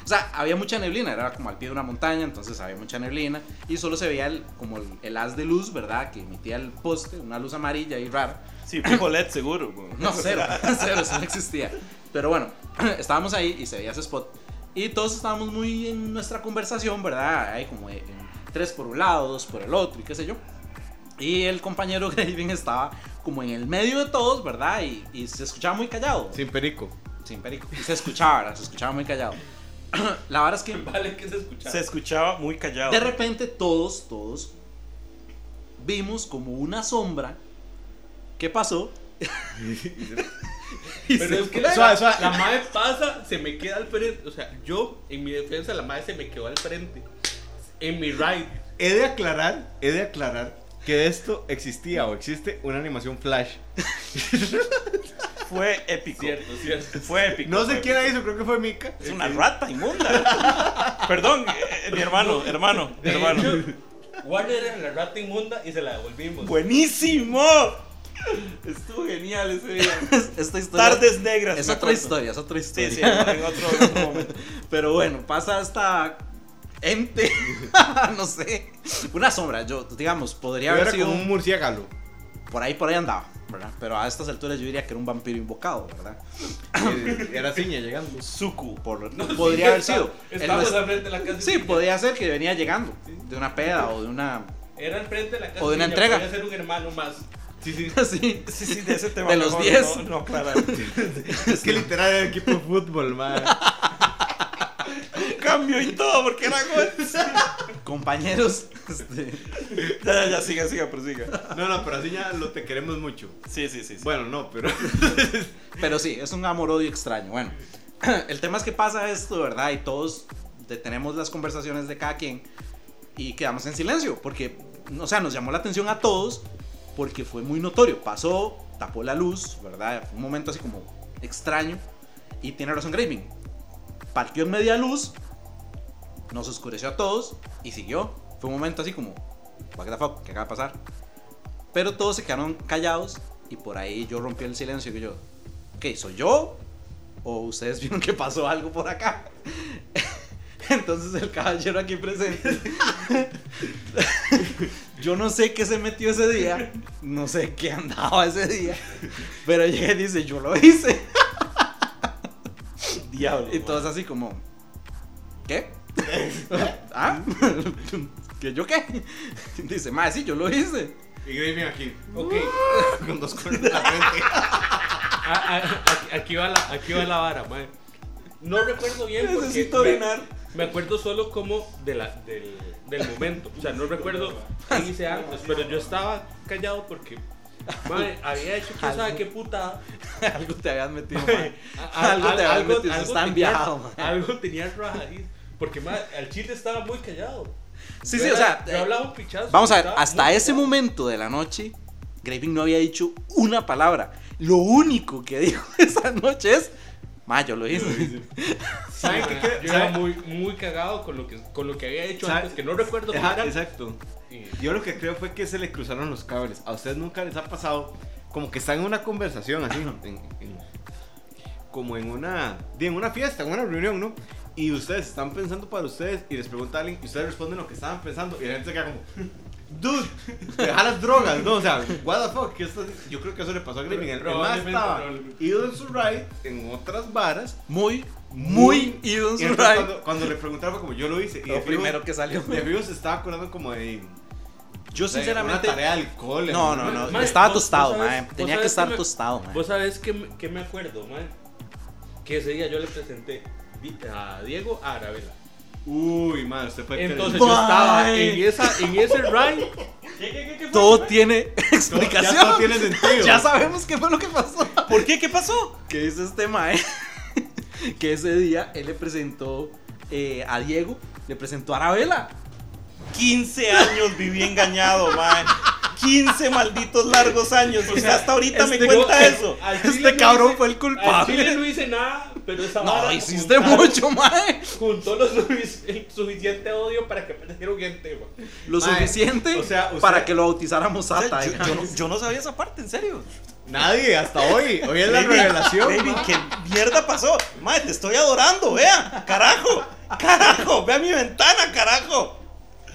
o sea, había mucha neblina, era como al pie de una montaña, entonces había mucha neblina y solo se veía el- como el, el haz de luz, ¿verdad? Que emitía el poste, una luz amarilla y rara.
Sí, fijo LED seguro. güey.
No, cero, [LAUGHS] cero, eso no existía. Pero bueno, [CLEARS THROAT] estábamos ahí y se veía ese spot. Y todos estábamos muy en nuestra conversación, ¿verdad? Ahí como de- en tres por un lado, dos por el otro y qué sé yo. Y el compañero [LAUGHS] Graven estaba como en el medio de todos, ¿verdad? Y, y se escuchaba muy callado.
Sin perico.
Sin perico. Y se escuchaba, ¿verdad? Se escuchaba muy callado. [CLEARS THROAT] La verdad es que
Vale que se escucha.
Se escuchaba muy callado.
de repente todos, todos vimos como una sombra ¿Qué pasó? [LAUGHS]
Pero es que la,
Suave, suave.
la madre pasa, se me queda al frente. O sea, yo, en mi defensa, la madre se me quedó al frente. En mi ride.
He de aclarar, he de aclarar que de esto existía o existe una animación Flash.
Fue épico.
Cierto, cierto.
Fue épico.
No
fue
sé
épico.
quién la hizo, creo que fue Mika.
Es una rata inmunda. Perdón, eh, mi hermano, hermano,
De
hermano.
hecho, Warner era la rata inmunda y se la devolvimos.
Buenísimo.
Estuvo genial ese día.
Esta historia
Tardes negras.
es
me
otra
acuerdo.
historia, es otra
Sí,
historia.
sí, en otro, en otro momento.
Pero bueno, pasa esta ente, [LAUGHS] no sé, una sombra, yo digamos, podría haber
Era
sido
como un [LAUGHS]
un...
murciélago.
por ahí por ahí andaba, ¿verdad? Pero a estas alturas yo diría que era un vampiro invocado, ¿verdad?
Eh, Era ciña llegando.
Suku.
Por-
No,
podría
sí,
haber
está-
sido.
Estábamos
Él no es-
al frente de la casa.
Sí, pues. podría ser que venía llegando de una peda o de una
Era al frente de la casa.
O de una
niña,
entrega.
Podía ser un hermano más.
Sí,
[LAUGHS]
sí.
así.
Sí, sí, de ese tema.
De los
mejor
10.
No, no, claro.
[LAUGHS] Es que literal era equipo de fútbol, madre.
Cambio y todo, porque era gol.
[LAUGHS] Compañeros, este,
Ya, ya, ya, siga, siga, prosiga.
No, no, pero así ya lo te queremos mucho.
Sí, sí, sí. sí.
Bueno, no, pero. [LAUGHS]
Pero sí, es un amor-odio extraño. Bueno, [CLEARS THROAT] el tema es que pasa esto, ¿verdad? Y todos detenemos las conversaciones de cada quien y quedamos en silencio, porque, o sea, nos llamó la atención a todos porque fue muy notorio. Pasó, tapó la luz, ¿verdad? Fue un momento así como extraño. Y tiene razón Graving. Partió en media luz, nos oscureció a todos y siguió. Fue un momento así como, what the fuck, ¿qué acaba de pasar? Pero todos se quedaron callados y por ahí yo rompí el silencio y yo, ¿qué? ¿Soy yo? ¿O ustedes [LAUGHS] vieron que pasó algo por acá? [LAUGHS] Entonces el caballero aquí presente. [LAUGHS] Yo no sé qué se metió ese día, no sé qué andaba ese día, pero llegué y dice, yo lo hice. [LAUGHS]
Diablo.
Y todos así como, ¿qué? [LAUGHS] ¿Ah? [LAUGHS] ¿Que yo qué? [LAUGHS] Dice, ma, sí, yo lo hice.
Y Gravy aquí.
Ok.
Con dos cuernos en la frente.
a- a- aquí- aquí, va la, aquí va la vara, madre. No recuerdo bien porque
Necesito
me-
orinar.
Me acuerdo solo como de la, del, del momento. O sea, no recuerdo qué hice antes, pero yo estaba callado porque madre, había hecho quién sabe qué putada.
[LAUGHS] Algo te habías metido, [LAUGHS] ma.
A- a-
Algo te habías metido, eso está
tenía-
enviado, man.
Algo tenía raja ahí, Porque madre, al chile estaba muy callado.
Sí,
Yo
sí, o
era-
sea,
yo hablaba un pichazo,
Vamos a ver,
estaba
hasta
muy
ese
callado.
momento de la noche, Graving no había dicho una palabra. Lo único que dijo [LAUGHS] esa noche es, Mayo lo hice.
¿Saben
Sí, [LAUGHS]
qué?
madre,
qué-
Yo era
¿saben?
muy, muy cagado con lo que, con lo que había hecho
¿Sabe?
antes, que no recuerdo qué
Ajá,
era.
Exacto.
Y-
Yo lo que creo fue que se le cruzaron los cables. A ustedes nunca les ha pasado como que están en una conversación así, en- en- como en una, di, en una fiesta, en una reunión, ¿no? Y ustedes están pensando para ustedes y les pregunta a alguien y ustedes responden lo que estaban pensando y la gente se queda como, dude, deja las drogas, ¿no? O sea, what the fuck, ¿qué estás- Yo creo que eso le pasó a Grimming. El el más
Probablemente,
estaba
probablemente.
ido en su ride, en otras varas.
Muy, muy
y
ido en su
entonces
ride.
Cuando, cuando le preguntaron fue como yo lo hice. Y de
Lo
fijo-
primero que salió.
de vivo se estaba acordando como de.
Yo
de Una
sinceramente...
tarea de alcohol.
No, no, no.
Mae,
estaba
vos- vos
tostado,
sabes-
mae.
vos
Tenía que
sabes
estar
que me-
tostado, mae.
Vos sabés que me, que me acuerdo, man. Que ese día yo le presenté di- a Diego a Arabella.
Uy, madre, usted fue
Entonces
terrible.
Bye.
yo estaba en, esa, en
[LAUGHS]
ese ride.
Todo tiene explicación.
Ya todo tiene sentido.
[LAUGHS] Ya sabemos qué fue lo que pasó. [LAUGHS]
¿Por qué? ¿Qué pasó?
¿Qué dice este mae? [LAUGHS] que ese día él le presentó eh, a Diego, le presentó a Arabella.
15 años viví engañado, man. 15 malditos largos años. Quizás hasta ahorita me
este
cuenta
go-
eso.
eh, Al chile
Este
no
cabrón
hice-
fue el
Al chile
culpable.
no hice nada, pero esa
No,
vara
hiciste
juntaron-
mucho, mae.
Juntó lo sufic- el suficiente odio para que perdiera un gente, man.
Lo
Mae,
suficiente
o sea, usted-
para que lo bautizáramos
O sea,
Sata.
yo,
digamos.
yo no, yo no sabía esa parte, en serio.
Nadie, hasta hoy. Hoy es la
Baby,
revelación.
baby,
ma.
¿qué mierda pasó? Madre, te estoy adorando, vea. Carajo, carajo, vea mi ventana, carajo.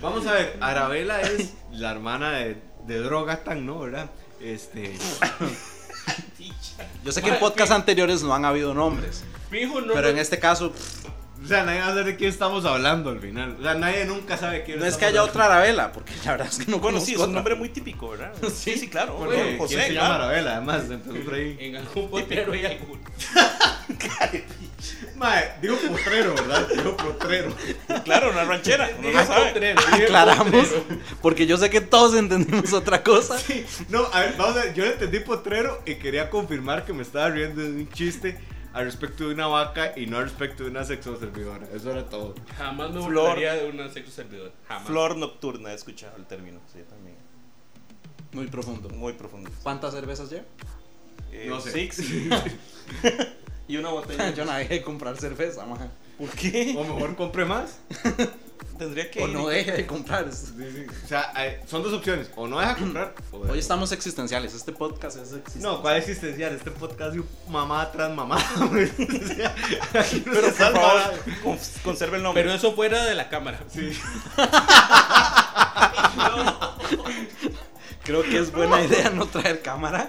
Vamos a ver, Arabella es la hermana de, de Drogatan, ¿no? ¿Verdad? Este.
Yo sé que en podcast anteriores no han habido nombres,
Fijo, no.
pero en
no-
este caso pff,
O sea, nadie va a saber de quién estamos hablando al final. O sea, nadie nunca sabe quién
no es que haya otra Arabella, porque la verdad es que no
Bueno,
conozco
sí, es un
otra.
nombre muy típico, ¿verdad? [LAUGHS] Sí, sí, claro.
Porque,
José,
¿Quién se llama
claro.
Eh,
Arabella? Además, empezó por ahí.
En algún potero hay alguno.
Mae, digo potrero, ¿verdad? Digo potrero.
[LAUGHS] Claro, una [LAUGHS] ranchera. Uno no sabe.
[LAUGHS]
[LAUGHS]
Aclaramos, porque yo sé que todos
[LAUGHS]
entendimos otra cosa.
Sí, no, a ver, vamos a ver, yo le entendí potrero y quería confirmar que me estaba riendo de un chiste al respecto de una vaca y no al respecto de una sexo servidora. Eso era todo.
Jamás me
Flor.
burlaría de una sexo servidor. Jamás.
Flor nocturna, he escuchado el término. Sí, también.
Muy profundo.
Muy profundo.
¿Cuántas cervezas lleva?
Eh,
No sé.
[LAUGHS] Six. y una botella.
[LAUGHS] Yo no dejé de comprar cerveza, maja.
¿Por qué?
O mejor compre más.
Tendría que.
O no deje de comprar.
Sí, sí. O sea, eh, son dos opciones. O no deja comprar. O deja
Hoy estamos existenciales. Este podcast es
comprar.
existencial.
No, ¿cuál existencial? Este podcast de mamá tras mamá. [LAUGHS] O sea, aquí no se
[LAUGHS] Pero por
salva
favor,
nada.
cons- conserva el nombre.
Pero eso fuera de la cámara.
Sí.
Creo que
[LAUGHS]
es buena idea no traer cámara.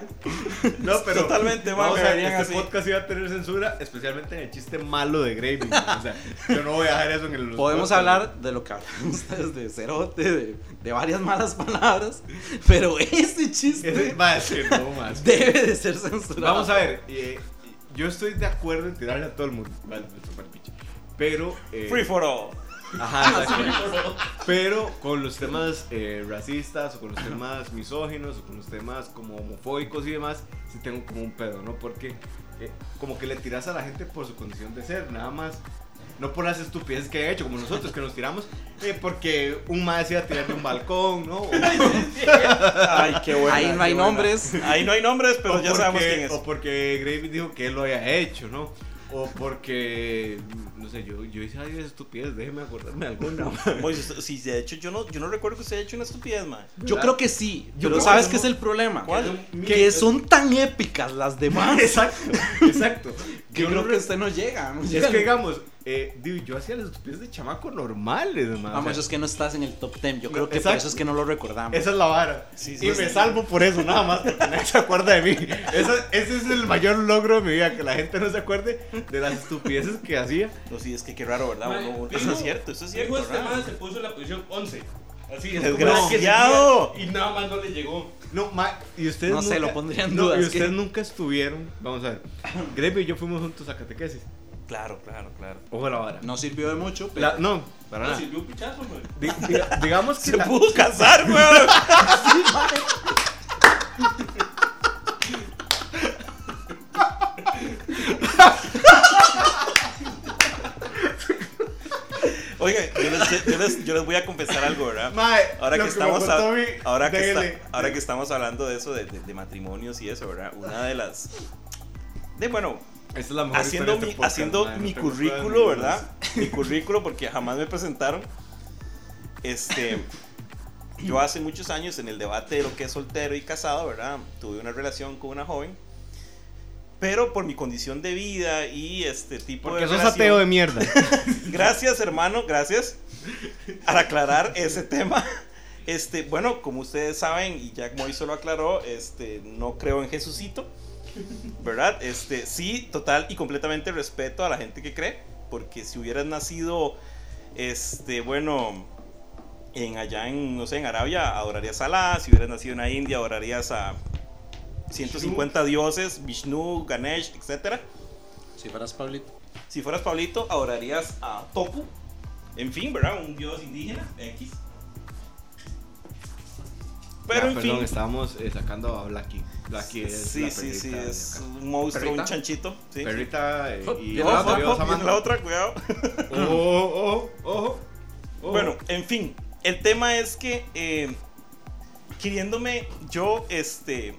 No, pero
Totalmente, mae,
vamos
me
a ver,
verían
este
así.
podcast iba a tener censura, especialmente en el chiste malo de Gravy. O sea, yo no voy a dejar eso en el
Podemos hablar de lo que hablan [LAUGHS] ustedes, de cerote, de, de varias malas palabras, pero este
[LAUGHS] Ese-
chiste
va a ser no más.
debe de ser censurado.
Pues Vamos a ver, eh, yo estoy de acuerdo en tirarle a todo el mundo. Vale, me chupa el piche. Pero. eh,
Free for all.
Ajá, exacto. Pero con los temas eh, racistas o con los temas misóginos o con los temas como homofóbicos y demás, sí tengo como un pedo, ¿no? Porque eh, como que le tiras a la gente por su condición de ser, nada más. No por las estupideces que han hecho, como nosotros que nos tiramos, eh, porque un más iba a tirar de un balcón, ¿no? O,
Ay, qué bueno.
Ahí no hay nombres.
Ahí no hay nombres, [LAUGHS] pero
o
ya sabemos
porque-
quién es.
O porque Gravy dijo que él lo había hecho, ¿no? O porque, no sé, yo, yo hice algo de estupidez, déjeme acordarme de
[LAUGHS]
alguna. [LAUGHS]
Moisés, sí, de hecho, yo no, yo no recuerdo que usted haya hecho una estupidez, man.
Yo creo que sí,
Yo
pero
creo
¿sabes
que
qué
no.
es el problema?
¿Cuál?
Que son tan épicas las demás
Exacto, exacto.
que
Yo
creo
no
que usted no llega. no
Es
llega.
que digamos, eh, digo, yo hacía las estupideces de chamaco normales, man.
Ah,
Vamos,
O
pues,
sea,
es que no estás en el top 10. Yo creo
No,
que por
exacto.
eso es que no lo recordamos.
Esa es la vara.
Sí, sí,
y
sí.
me salvo por eso, nada más, porque nadie se acuerda de mí. Esa- ese es el mayor logro de mi vida, que la gente no se acuerde de las estupideces que hacía.
No, sí, es que qué raro, ¿verdad?
Mae,
Uno- uno-
fijo,
eso es cierto, eso es
Fijo,
cierto.
este
raro.
man se puso en la posición 11. Así este es.
Desgraciado.
Y nada más no le llegó.
No, ma, y ustedes
No sé,
nunca-
lo pondría en
no,
duda,
Y
es que-
ustedes nunca estuvieron, vamos a ver, Greve y yo fuimos juntos a catequesis.
Claro, claro, claro.
Ojo a la vara.
No sirvió de mucho, pero
La- no, para
Ah.
Le
nada.
sirvió un pichazo, man.
Di- diga- digamos que
Se
la-
pudo casar, weón. Oiga, yo les, yo les- yo les voy a confesar algo, ¿verdad?
Mae,
Ahora
eh, lo
que, estamos
me contó
a-
mi-
ahora, que
déjele.
está- ahora que estamos hablando de eso, de, de- de matrimonios y eso, ¿verdad? Una de las... De, bueno,
Esta es la mejor historia
haciendo
de
mi,
este podcast,
haciendo
mae, no
mi
tengo
currículo,
pruebas
¿verdad? Mi currículo, porque jamás me presentaron. Este, yo hace muchos años en el debate de lo que es soltero y casado, ¿verdad? Tuve una relación con una joven, pero por mi condición de vida y este tipo
Porque
de
sos
relación-
ateo de
[LAUGHS]
mierda.
Gracias, hermano, gracias. Al aclarar ese tema. Este, bueno, como ustedes saben, y Jack Moiso lo aclaró, este, no creo en Jesucito. ¿Verdad? Este, sí, total y completamente respeto a la gente que cree. Porque si hubieras nacido, este, bueno, en allá en, no sé, en Arabia, adorarías a Alá. Si hubieras nacido en la India, adorarías a 150 dioses, Vishnu, Ganesh, etcétera.
si fueras Pablito.
Si fueras Pablito, adorarías a Toku. En fin, ¿verdad? Un dios indígena, X. Pero
Ya,
en
perdón,
fin.
estábamos eh, sacando a Blacky. Blacky es
sí,
la
sí, sí,
perrita de
es
acá.
un monstruo,
¿Perrita?
un chanchito. Sí.
Perrita eh, y
Y
la
la
Ojo,
Oh,
otra,
ojo,
odiosa
y
mano.
la otra, cuidado.
Ojo, ojo, ojo, ojo.
Bueno, en fin, el tema es que eh, queriéndome yo, este...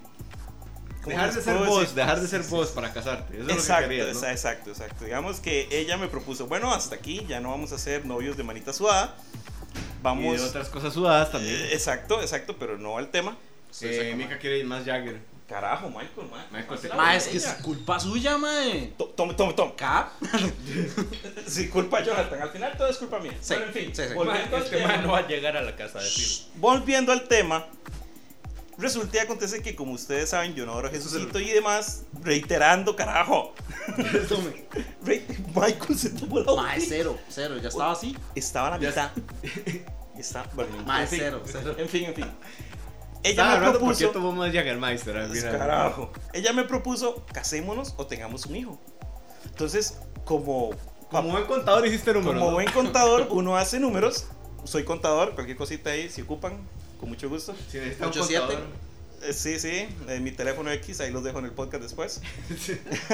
¿cómo
dejar
les
de ser
puedo
vos,
decir?
dejar de ser vos para casarte. Eso es lo que
Exacto,
querías, ¿no?
exa- exacto, exacto. Digamos que ella me propuso, bueno, hasta aquí, ya no vamos a ser novios de manita sudada.
Y de
Vamos...
otras cosas sudadas también.
Eh, Exacto, exacto, pero no al tema.
Eh, Mika quiere ir más Jagger.
Carajo, Michael, ma.
Michael, te-
Ma, es que es culpa suya, mae.
To- Tom, tom, tom.
Cap.
Sí, culpa a Jonathan. Al final todo es culpa mía.
Sí,
Bueno, en fin,
sí, sí.
Ma,
Volviendo, al
Este
tema,
man no va a llegar a la casa de Phil.
volviendo al tema, resulta y acontece que, como ustedes saben, yo no adoro a Jesucito y demás. Reiterando, carajo. Re- Michael se tomó la
Ma, es cero, cero. Ya estaba así.
Estaba a la
Ya
mitad. Está, bueno,
Ma,
en
es
fin,
cero, cero.
en fin, en fin.
Estaba
Ella me
hablando por qué
propuso.
tomó más Jaggermeister al final.
Carajo. Ella me propuso, casémonos o tengamos un hijo. Entonces, como,
Como buen contador hiciste números.
como
¿no?
buen
[LAUGHS]
contador, uno hace números. Soy contador, cualquier cosita ahí, si ocupan, con mucho gusto.
Si necesitas un
8-7.
contador.
Eh, Sí, sí, en mi teléfono X, ahí los dejo en el
[LAUGHS]
podcast después. [LAUGHS]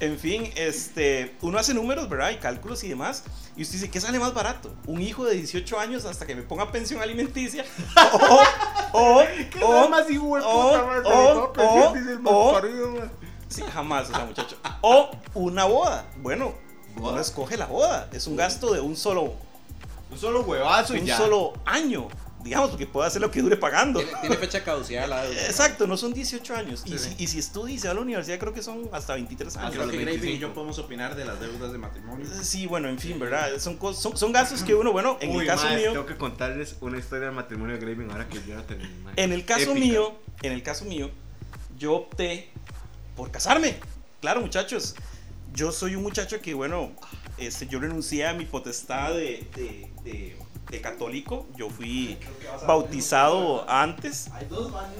en fin, este, uno hace números, ¿verdad? Y cálculos y demás. Y usted dice, ¿qué sale más barato? ¿Un hijo de 18 años hasta que me ponga pensión
[LAUGHS]
alimenticia? O, o,
Oh,
o, o- o- o- o- sí, jamás, o sea, muchacho. O una boda. Bueno, uno
Boda.
escoge la boda. Es un gasto de un solo,
Un solo huevazo y
un
ya.
solo año. Digamos, porque puede hacer lo que dure pagando.
Tiene, tiene fecha de caducidad la deuda.
Exacto, no son 18 años. Y,
Sí, sí.
Si, y si estudia y se va a la universidad, creo que son hasta 23
Ah,
años.
creo que Gravy y
25.
yo podemos opinar de las deudas de matrimonio.
Sí, bueno, en fin, ¿verdad? Son, cos- son, son gastos que uno, bueno, en
Uy,
el caso
mae,
mío,
Tengo que contarles una historia del matrimonio de Graving ahora que yo la terminé. mae.
en el caso
Épica.
mío, en el caso mío, yo opté por casarme. Claro, muchachos, yo soy un muchacho que, bueno, este, yo renuncié a mi potestad de, de- de- de católico. Yo fui bautizado antes.
Hay dos baños.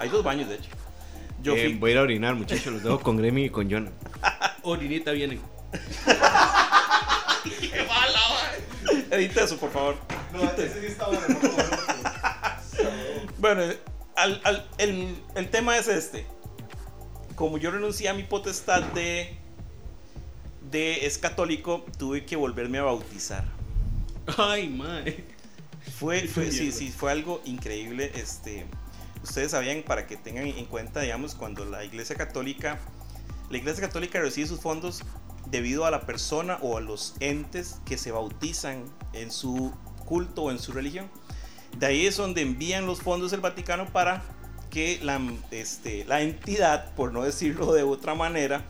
Hay dos baños, de hecho. Yo
Eh,
fui
Voy a ir a orinar, muchachos. Los dejo con Graving y con Jonah.
Orinita viene.
[LAUGHS] Edita eso, por favor.
[LAUGHS]
bueno. al- al- el, el tema es este. Como yo renuncié a mi potestad de, de es católico, tuve que volverme a bautizar.
Ay, mae.
Fue, fue, sí, sí, fue algo increíble. Este, ustedes sabían, para que tengan en cuenta, digamos, cuando la Iglesia Católica, la Iglesia Católica recibe sus fondos debido a la persona o a los entes que se bautizan en su culto o en su religión. De ahí es donde envían los fondos del Vaticano para que la, este, la entidad, por no decirlo de otra manera,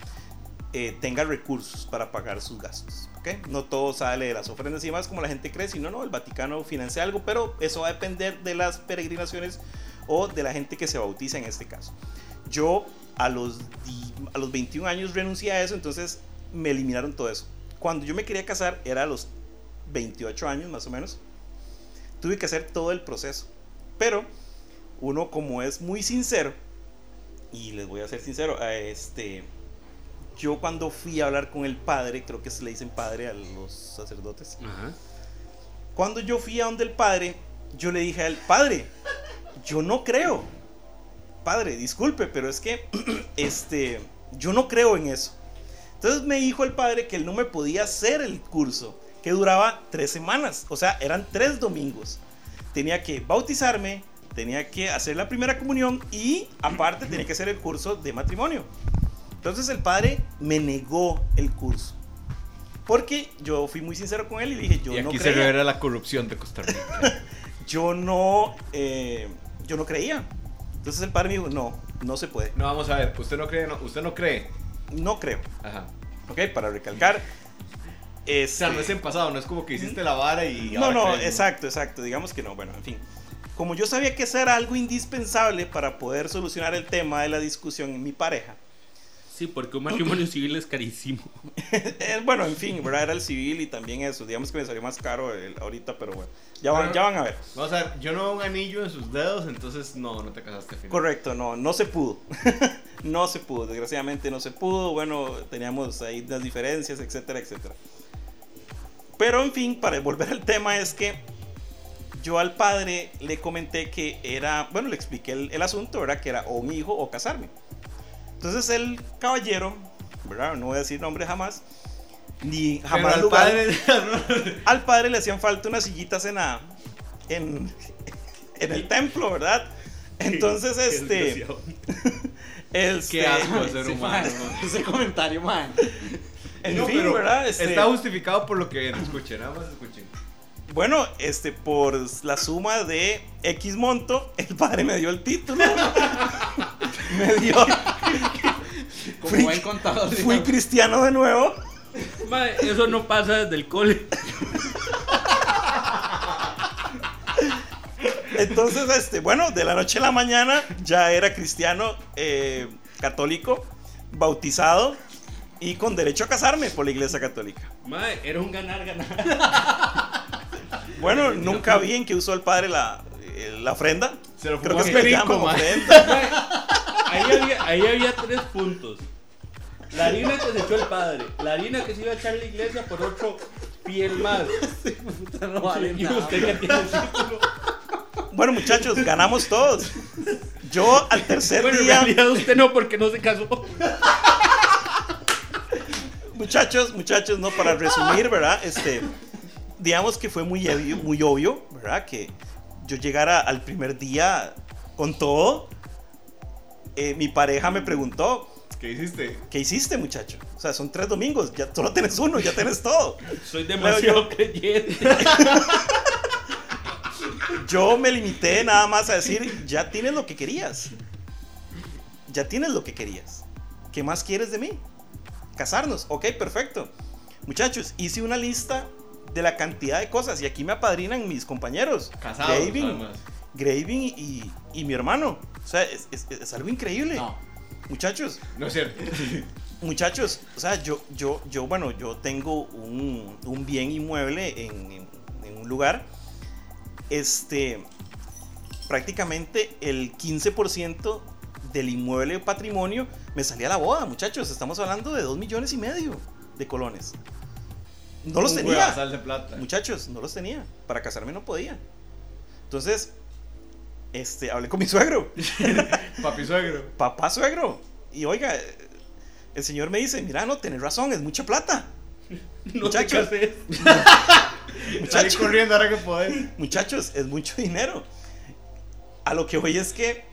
eh, tenga recursos para pagar sus gastos. ¿ok? No todo sale de las ofrendas y demás como la gente cree, sino no, el Vaticano financia algo, pero eso va a depender de las peregrinaciones o de la gente que se bautiza en este caso. Yo a los, di- a los 21 años renuncié a eso, entonces me eliminaron todo eso. Cuando yo me quería casar era a los 28 años más o menos. Tuve que hacer todo el proceso. Pero uno como es muy sincero, y les voy a ser sincero, eh, este, yo cuando fui a hablar con el padre, creo que se le dicen padre a los sacerdotes,
Ajá.
cuando yo fui a donde el padre, yo le dije al padre, yo no creo. Padre, disculpe, pero es que [CLEARS THROAT] este, yo no creo en eso. Entonces me dijo el padre que él no me podía hacer el curso, que duraba tres semanas, o sea, eran tres domingos. Tenía que bautizarme, tenía que hacer la primera comunión y aparte tenía que hacer el curso de matrimonio. Entonces el padre me negó el curso. Porque yo fui muy sincero con él y le dije, yo
y
no
aquí se
creía
revela la corrupción de Costa Rica.
yo no eh, yo no creía entonces el padre me dijo no no se puede
No, vamos a ver. ¿Usted no cree? No, ¿Usted no cree?
no creo
Ajá.
ok para recalcar
O
este,
sea, no es en pasado. No es como que hiciste la vara y...
no
ahora
no
crees,
exacto exacto digamos que no bueno en fin como yo sabía que eso era algo indispensable para poder solucionar el tema de la discusión en mi pareja [LAUGHS]
Sí, porque [CLEARS THROAT] un matrimonio civil es carísimo.
eh, bueno en fin ¿verdad? era el civil y también eso digamos que me salió más caro el- ahorita pero bueno ya van, ya van a ver
Vamos a ver. Yo no veo un anillo en sus dedos, entonces no, no te casaste. al final.
Correcto, no, no se pudo. [LAUGHS] no se pudo, desgraciadamente no se pudo. Bueno, teníamos ahí las diferencias, etcétera, etcétera. Pero en fin, para volver al tema es que yo al padre le comenté que era, bueno, le expliqué el, el asunto, ¿verdad? Que era o un hijo o casarme. Entonces el caballero, ¿verdad? No voy a decir nombre jamás, ni
Pero
jamás
al
lugar.
padre- [LAUGHS]
Al padre le hacían falta unas sillitas en la- en, [LAUGHS] en el templo, ¿verdad? Entonces, este, este,
Qué asco de ser
Sí,
humano.
mae, [LAUGHS] ese comentario, man.
[LAUGHS] en
No,
fin,
pero
¿verdad? Este,
Está justificado por lo que viene. Escuchen, nada más escuchen.
bueno, este, por la suma de X monto, el padre me dio el título. [LAUGHS] me dio,
Como
Fui-
buen contador.
fui
digamos.
cristiano de nuevo.
Mae, eso no pasa desde el cole.
Entonces, este, bueno, de la noche a la mañana ya era cristiano, eh, católico, bautizado y con derecho a casarme por la iglesia católica.
Mae, era un ganar, ganar.
Bueno, nunca vi en que usó el padre la, eh, la ofrenda.
Se lo
Creo
fumó
que es
en
que le
rico,
llaman
mae.
ofrenda.
Mae, ahí, había, ahí había tres puntos. La harina que se echó el padre. La harina que se iba a echar la iglesia por otro piel [LAUGHS] más.
No vale
Y
nada.
usted que tiene el [LAUGHS] círculo.
Bueno, muchachos, ganamos todos. Yo al tercer
Bueno, en
día,
realidad usted no, porque no se casó.
muchachos, muchachos, no, para resumir, ¿verdad? Este, digamos que fue muy obvio, muy obvio, ¿verdad? Que yo llegara al primer día con todo. Eh, mi pareja me preguntó,
¿Qué hiciste?
¿qué hiciste, muchacho? O sea, son tres domingos, ya solo tienes uno, ya tienes todo.
Soy demasiado creyente.
Yo me limité nada más a decir, ya tienes lo que querías. Ya tienes lo que querías. ¿Qué más quieres de mí? Casarnos. Ok, perfecto. Muchachos, hice una lista de la cantidad de cosas y aquí me apadrinan mis compañeros.
Casado.
Graving,
además.
Graving y, y mi hermano. O sea, es, es- es algo increíble.
No,
Muchachos,
no es cierto.
muchachos, o sea, yo, yo, yo, bueno, yo tengo un, un bien inmueble en, en- en un lugar. Este, prácticamente el 15% del inmueble patrimonio me salía a la boda, muchachos. Estamos hablando de 2 millones y medio de colones. No los
Un
tenía.
huevazal de plata.
Muchachos, no los tenía. Para casarme no podía. Entonces, este, hablé con mi suegro
Papi suegro.
papá suegro. Y oiga, eh, el señor me dice, mira, no, tenés razón, es mucha plata.
No se
Muchachos.
casé.
Salí
Muchachos,
corriendo ahora que podés.
muchachos, es mucho dinero. A lo que voy
[LAUGHS]
es que,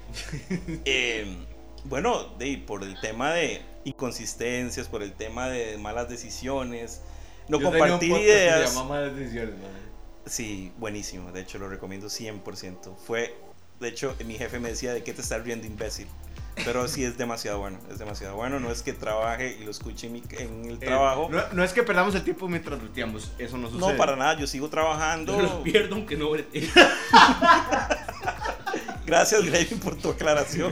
eh, bueno, de, por el tema de inconsistencias, por el tema de malas decisiones, no
Yo tenía un
compartir
podcast que se
ideas.
llamaba Malas Decisiones, man.
Sí, buenísimo, de hecho lo recomiendo 100%. Fue, de hecho, mi jefe me decía, ¿de qué te estás riendo, imbécil? Pero sí es demasiado bueno, es demasiado bueno, no es que trabaje y lo escuche en, mi- en el
Eh,
trabajo.
no, no es que perdamos el tiempo mientras luteamos. Eso no sucede.
No, para nada, yo
[LAUGHS]
sigo trabajando.
No los pierdo aunque no brete.
Gracias, Gravy, por tu aclaración.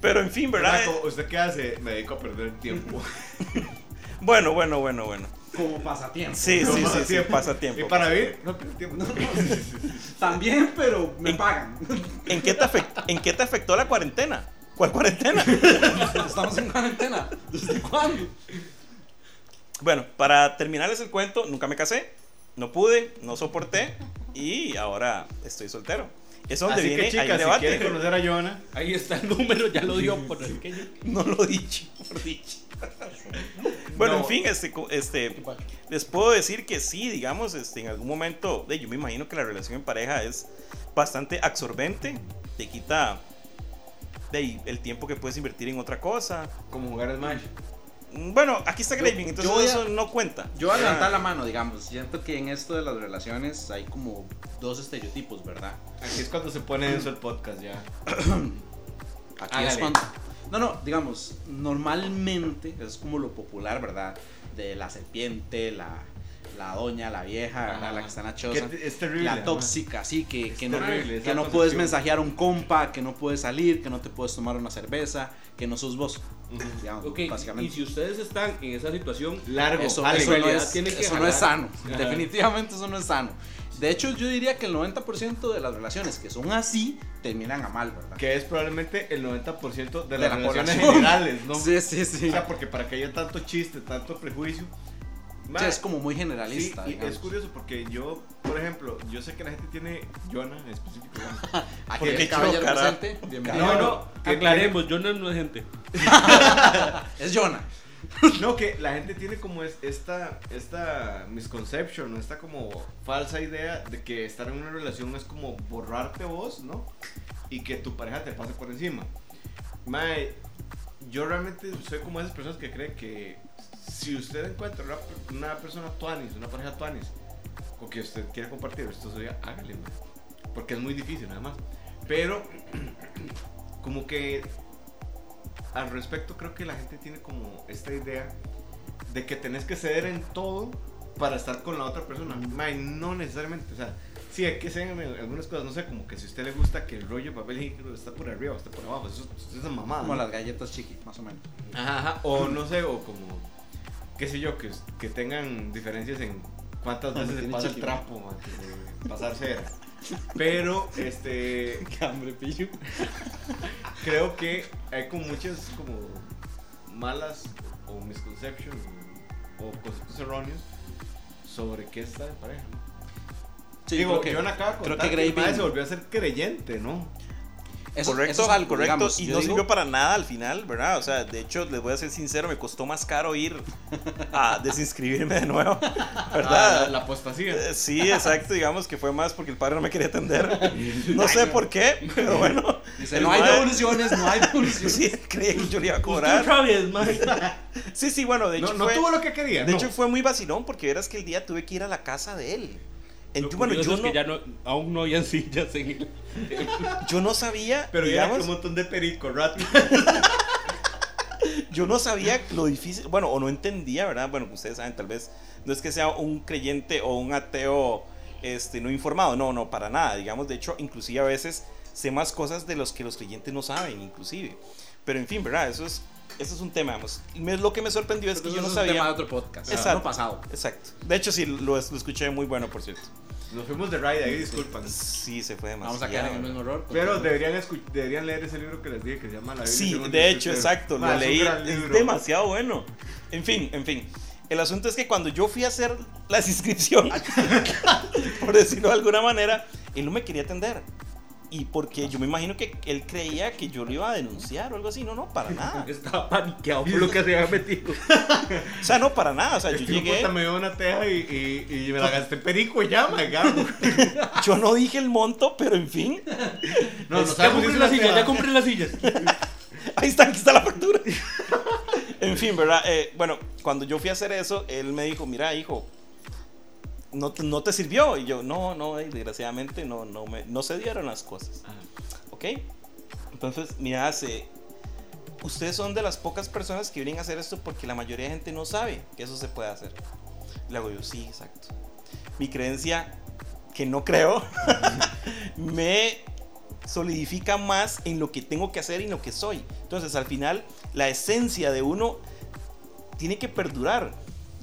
Pero en fin, ¿verdad?
Marco, ¿Usted qué hace? Me dedico a perder el tiempo.
Bueno, bueno, bueno, bueno.
Como pasatiempo.
Sí, sí, sí, sí,
Pasatiempo.
pasatiempo.
Y para vivir, no pierdo tiempo. [LAUGHS]
También, pero me
[LAUGHS]
pagan.
¿En qué, te afect- ¿En qué te afectó la cuarentena?
[LAUGHS]
¿Cuál cuarentena?
Estamos en cuarentena. ¿Desde cuándo?
Bueno, para terminarles el cuento, nunca me casé, no pude, no soporté y ahora estoy soltero. Es donde
Así
viene
que,
ahí el
chicas, si
debate.
quieren conocer a Joana,
Ahí está el número, ya lo dio por aquello.
[LAUGHS] No lo dicho, por
[LAUGHS]
dicho. bueno,
No.
en fin, este, co- este, les puedo decir que sí, digamos, este, en algún momento, de, yo me imagino que la relación en pareja es bastante absorbente, te quita de, ahí, el tiempo que puedes invertir en otra cosa. Mm,
como jugar Smash.
Bueno, aquí está
Yo-
Graving,
yo
entonces
voy a-
eso no cuenta.
Yo voy a levantar la mano, digamos. Siento que en esto de las relaciones hay como dos estereotipos, ¿verdad?
Aquí es cuando se pone denso el podcast ya.
Aquí
Hágale.
es cuando. No, no, digamos, normalmente es como lo popular, ¿verdad? De la serpiente, la, la doña, la vieja, ¿verdad?
Ah.
La que está en la
Que
choza.
te- es terrible.
La
además.
tóxica, sí, que, que no,
terrible
que
esa
no puedes
concepción.
mensajear a un compa, que no puedes salir, que no te puedes tomar una cerveza, que no sos vos. Digamos,
Ok, y
básicamente.
si ustedes están en esa situación,
Largo.
Eso,
Ale,
eso no,
realidad
es,
tiene que
eso no es
jalar.
sano. Definitivamente eso no es sano. De hecho, yo diría que el 90% de las relaciones que son así terminan a mal, ¿verdad?
Que es probablemente el 90% de
De
las
la
relaciones
población.
generales, ¿no?
Sí, sí, sí.
O sea, porque para que haya tanto chiste, tanto prejuicio.
Sí,
ma,
es como muy
sí,
generalista.
y
digamos.
es curioso porque yo, por ejemplo, yo sé que la gente tiene Joana en específico. digamos,
Aquí
Porque
el caballero
yo, cara-
presente, bienvenido.
no,
no,
no,
que-
aclaremos, yo no no es gente.
Es Jonah.
No, que la gente tiene como es- esta, esta misconception, ¿no? esta como falsa idea de que estar en una relación es como borrarte vos, ¿no? Y que tu pareja te pase por encima. Mae, yo realmente soy como esas personas que creen que si usted encuentra una, per- una persona tuanis, una pareja tuanis, con que usted quiera compartir esto, suya, hágale, mae. Porque es muy difícil, nada más. Pero, [CLEARS THROAT] como que al respecto, creo que la gente tiene como esta idea de que tenés que ceder en todo para estar con la otra persona. Mae, no necesariamente, o sea, sí, hay que ceder en algunas cosas, no sé, como que si a usted le gusta que el rollo de papel higiénico está por arriba o está por abajo, eso, eso es esa mamada.
Como
¿no?
las galletas chiqui, más
[LAUGHS]
o menos.
Ajá, ajá, o no sé, o como, qué sé yo, que, que tengan diferencias en cuántas
No, me
veces se
tiene
pasa el
chiqui,
trapo man, antes de pasar cera. Pero, este,
Qué hambre, pillo.
creo que hay como muchas como malas o misconceptions o, o conceptos erróneos sobre qué está de pareja.
Sí,
Digo,
creo que-
John acaba de
creo
contar
que
que el
Graving-
mae se volvió a ser creyente, ¿no?
eso-
correcto,
eso es
al
algo,
correcto.
digamos,
y
yo
no
digo-
sirvió para nada al final, ¿verdad? O sea, de hecho, les voy a ser sincero, me costó más caro ir a desinscribirme de nuevo, [LAUGHS]
La,
¿verdad?
la apostasía.
Eh, Sí, exacto, digamos que fue más porque el padre no me quería atender. No sé por qué, pero bueno.
Dice,
el
no hay
mae-
devoluciones, no hay devoluciones.
[LAUGHS] Sí, creía que yo le iba a
Usted
cobrar.
otra vez,
[LAUGHS]
mae.
Sí, sí, bueno, de hecho
No, no
fue...
tuvo lo que quería.
De
no.
hecho, fue muy vacilón porque verás que el día tuve que ir a la casa de él. En-
Lo
bueno,
curioso
yo
es que
no,
ya no, aún no habían sillas en el...
yo no sabía,
pero ya
digamos,
un montón de perico, rato.
yo no sabía lo difícil, bueno, o no entendía, ¿verdad? Bueno, que ustedes saben, tal vez no es que sea un creyente o un ateo este, no informado, no, no, para nada, digamos, de hecho, inclusive a veces sé más cosas de los que los creyentes no saben, inclusive. Pero en fin, ¿verdad? Eso es, eso es un tema, digamos. Me- Lo que me sorprendió es que
Eso
yo no
es un tema de
sabía...
otro podcast.
Exacto.
No pasado.
Exacto. De hecho, sí, lo, lo escuché muy bueno, por cierto.
Nos fuimos de ride ahí, disculpan.
Sí, se fue demasiado.
Vamos a quedar en el mismo error.
Pero deberían, escu- deberían leer ese libro que les dije que se llama La Biblia.
Sí,
según
de
el
hecho,
escritor.
exacto,
Ma,
lo
Ah, es un
leí.
gran
Es
libro.
demasiado bueno. En fin, en fin. El asunto es que cuando yo fui a hacer las [LAUGHS] inscripciones, por decirlo de alguna manera, él no me quería atender. Y porque yo me imagino que él creía que yo lo iba a denunciar o algo así. No, no, para
[LAUGHS]
nada.
Estaba paniqueado por
[LAUGHS]
lo que se había metido.
O sea, no, para nada. O sea, yo
Es que
llegué,
puta, me dio una teja y, y, y me la gasté en perico y ya, ma, gabo.
yo no dije el monto, pero en fin.
[LAUGHS] No, no
Ya
sabemos si es
compré las
una
sillas, ya
teja.
compré las sillas.
[LAUGHS]
[LAUGHS] Ahí está, aquí está la factura. [LAUGHS] en fin, ¿verdad? Eh, bueno, cuando yo fui a hacer eso, él me dijo, mira, hijo, no, te- no te sirvió. Y yo, no, no, eh, desgraciadamente no, no, me, no se dieron las cosas.
Ajá.
¿Ok? Entonces, mira, se- ustedes son de las pocas personas que vienen a hacer esto porque la mayoría de gente no sabe que eso se puede hacer. Le hago yo, sí, exacto. Mi creencia, que no creo, [LAUGHS] me solidifica más en lo que tengo que hacer y en lo que soy. Entonces, al final, la esencia de uno tiene que perdurar.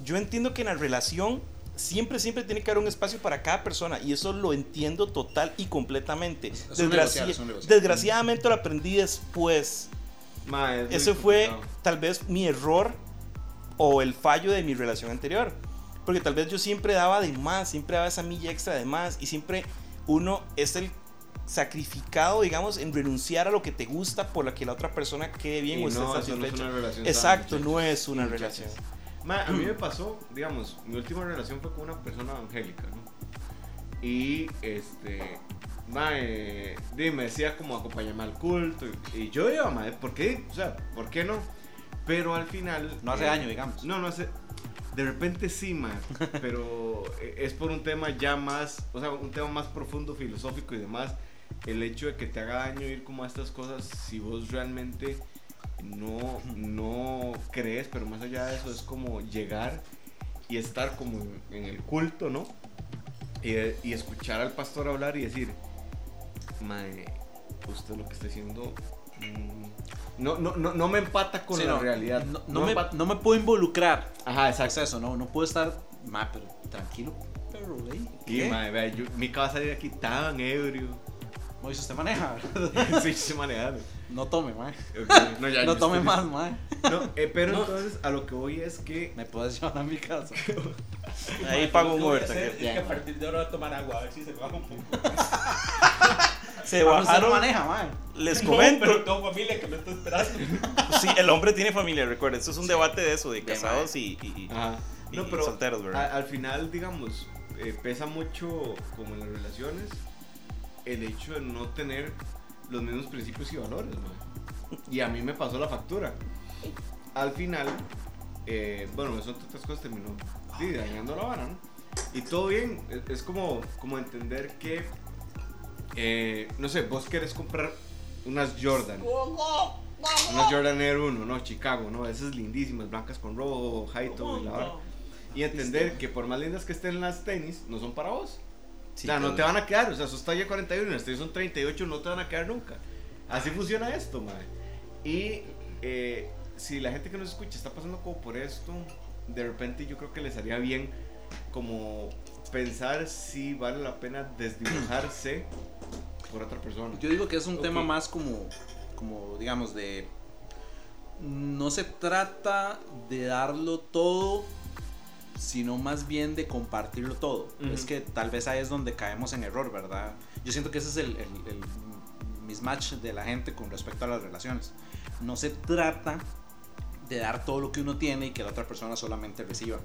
Yo entiendo que en la relación siempre, siempre tiene que haber un espacio para cada persona y eso lo entiendo total y completamente.
es un negociar, es un negociar.
desgraciadamente lo aprendí después.
Ma, es muy
Ese fue
complicado.
tal vez mi error o el fallo de mi relación anterior. Porque tal vez yo siempre daba de más, siempre daba esa milla extra de más y siempre uno es el sacrificado, digamos, en renunciar a lo que te gusta por la que la otra persona quede bien
Y
o esté
no, eso no es
satisfecha.
una relación.
Exacto,
sana,
no es una
muchachos.
relación.
Ma, a mí me pasó, digamos, mi última relación fue con una persona evangélica, ¿no? Y este. Ma, eh, di, me decía como acompáñame al culto. Y, y yo iba, ma, ¿por qué? O sea, ¿por qué no? Pero al final.
No hace
eh,
daño, digamos.
No, no hace. De repente sí,
[LAUGHS]
ma, pero eh, es por un tema ya más, o sea, un tema más profundo, filosófico y demás. El hecho de que te haga daño ir como a estas cosas, si vos realmente no, no crees, pero más allá de eso es como llegar y estar como en, en el culto, ¿no? Y, y escuchar al pastor hablar y decir, Mae, usted lo que está haciendo mm, no, no, no, no me empata con
Sí,
la
no,
realidad.
No, no me,
empata-
no me puedo involucrar.
Ajá,
Es
exacto.
eso, no, no puedo estar. Ma, pero tranquilo, pero güey.
Y mae, vea, yo, Mica va a salir aquí tan ebrio. [LAUGHS]
Moisés, usted maneja.
sí, se manejar.
No tome, ma.
Ok, No, ya,
No
yo
tome
estoy-
más, ma.
No, eh, pero entonces a lo que voy es que
Me puedes llevar a mi casa.
Ahí pago un
Lo que voy a
Uber
hacer
también.
es que a partir de ahora voy a tomar agua, a ver si se baja un poco.
Ah, usted
Se
no
bajaron,
maneja, ma.
les
No,
comento.
pero tengo familia que me está esperando.
[LAUGHS] Sí, el hombre tiene familia, recuerda, esto es un debate de eso, de casados y, y- y-
Ajá.
y-
Ah, No,
y
pero
solteros, ¿verdad?
a- al final, digamos, eh, pesa mucho, como en las relaciones, el hecho de no tener los mismos principios y valores, mae. Y a mí me pasó la factura. Al final, eh, bueno, eso entre otras cosas terminó sí, dañando la vara, ¿no? Y todo bien, es- es como, como entender que, eh, no sé, vos querés comprar unas Jordan. Una Jordan Air 1, ¿no? Chicago, ¿no? Esas lindísimas, blancas con rojo, high top y la vara. Y entender que por más lindas que estén las tenis, no son para vos.
Sí,
o sea, no
pero-
te van a quedar. O sea, sos talla 41, las tenis son 38, no te van a quedar nunca. Así funciona esto, madre. Y eh, si la gente que nos escucha está pasando como por esto, de repente yo creo que les haría bien como pensar si vale la pena desdibujarse por otra persona.
Yo digo que es un tema
Ok.
más como, como digamos, de no se trata de darlo todo, sino más bien de compartirlo todo. Es que tal vez ahí es donde caemos en error, ¿verdad? Yo siento que ese es el, el- el mismatch de la gente con respecto a las relaciones. No se trata de dar todo lo que uno tiene y que la otra persona solamente reciba,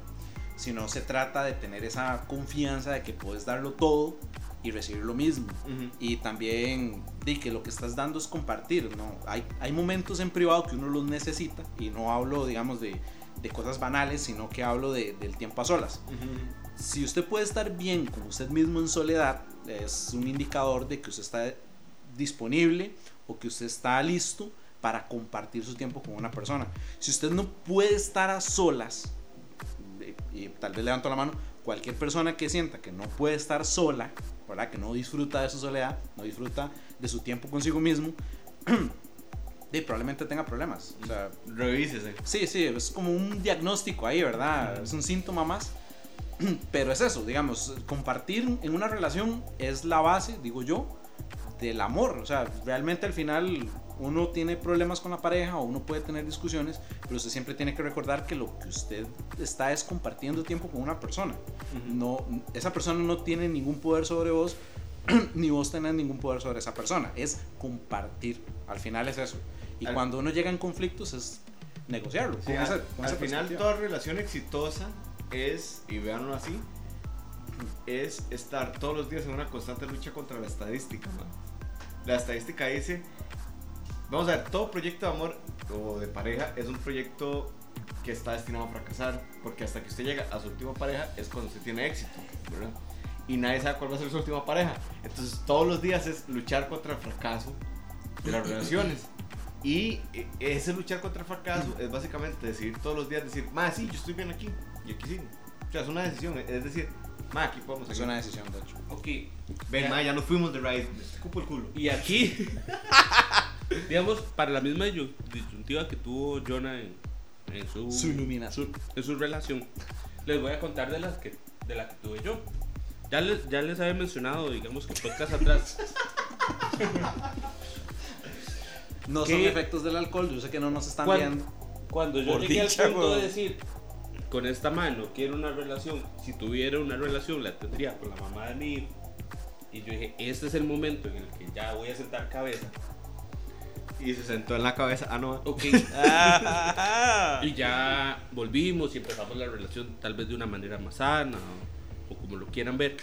sino se trata de tener esa confianza de que puedes darlo todo y recibir lo mismo y también di que lo que estás dando es compartir, ¿no? Hay, hay momentos en privado que uno los necesita y no hablo, digamos, de, de cosas banales, sino que hablo de- del tiempo a solas. Si usted puede estar bien con usted mismo en soledad, es un indicador de que usted está disponible o que usted está listo para compartir su tiempo con una persona. Si usted no puede estar a solas, y- y tal vez levanto la mano, cualquier persona que sienta que no puede estar sola, ¿verdad? que no disfruta de su soledad, no disfruta de su tiempo consigo mismo, [CLEARS THROAT] de, probablemente tenga problemas. O sea,
Revísese.
sí, sí, es como un diagnóstico ahí, ¿verdad? Es un síntoma más. [CLEARS THROAT] Pero es eso, digamos, compartir en una relación es la base, digo yo, del amor. O sea, realmente al final uno tiene problemas con la pareja o uno puede tener discusiones, pero usted siempre tiene que recordar que lo que usted está es compartiendo tiempo con una persona. No, esa persona no tiene ningún poder sobre vos, [CLEARS THROAT] ni vos tenés ningún poder sobre esa persona. Es compartir. Al final es eso. Y
Al-
cuando uno llega en conflictos es negociarlo.
Sí,
con
al,
esa- con
al
esa
final
perspectiva.
toda relación exitosa es, y véanlo así, es estar todos los días en una constante lucha contra la estadística. man. La estadística dice, vamos a ver, todo proyecto de amor o de pareja es un proyecto que está destinado a fracasar, porque hasta que usted llega a su última pareja es cuando usted tiene éxito, ¿verdad? Y nadie sabe cuál va a ser su última pareja. Entonces todos los días es luchar contra el fracaso de las relaciones. Y eh, ese luchar contra el fracaso es básicamente decidir todos los días, decir, ma, sí, yo estoy bien aquí, y aquí sí. O sea, es una decisión, es decir, ma, aquí podemos
Es
aquí.
una decisión, de hecho.
Ok,
Ven, ma, ya nos fuimos de raíz, me escupo el culo.
y aquí, [LAUGHS] digamos, para la misma disyun- disyuntiva que tuvo Jonah en, en su,
Su iluminación.
su- en su relación, les voy a contar de las que, de la que tuve yo. Ya les, ya les había mencionado, digamos que podcast atrás.
No son
¿Qué?
efectos del alcohol, yo sé que no nos están
¿Cuán-
viendo.
Cuando yo
Por
llegué
dicha,
al punto
weón.
de decir, con esta mano quiero una relación, si tuviera una relación la tendría con la mamá de mi hijo. Y yo dije, este es el momento en el que ya voy a sentar cabeza. [LAUGHS]
Y se sentó en la cabeza, ah, no.
Ok,
[LAUGHS]
[LAUGHS]
y ya volvimos y empezamos la relación tal vez de una manera más sana o, o como lo quieran ver.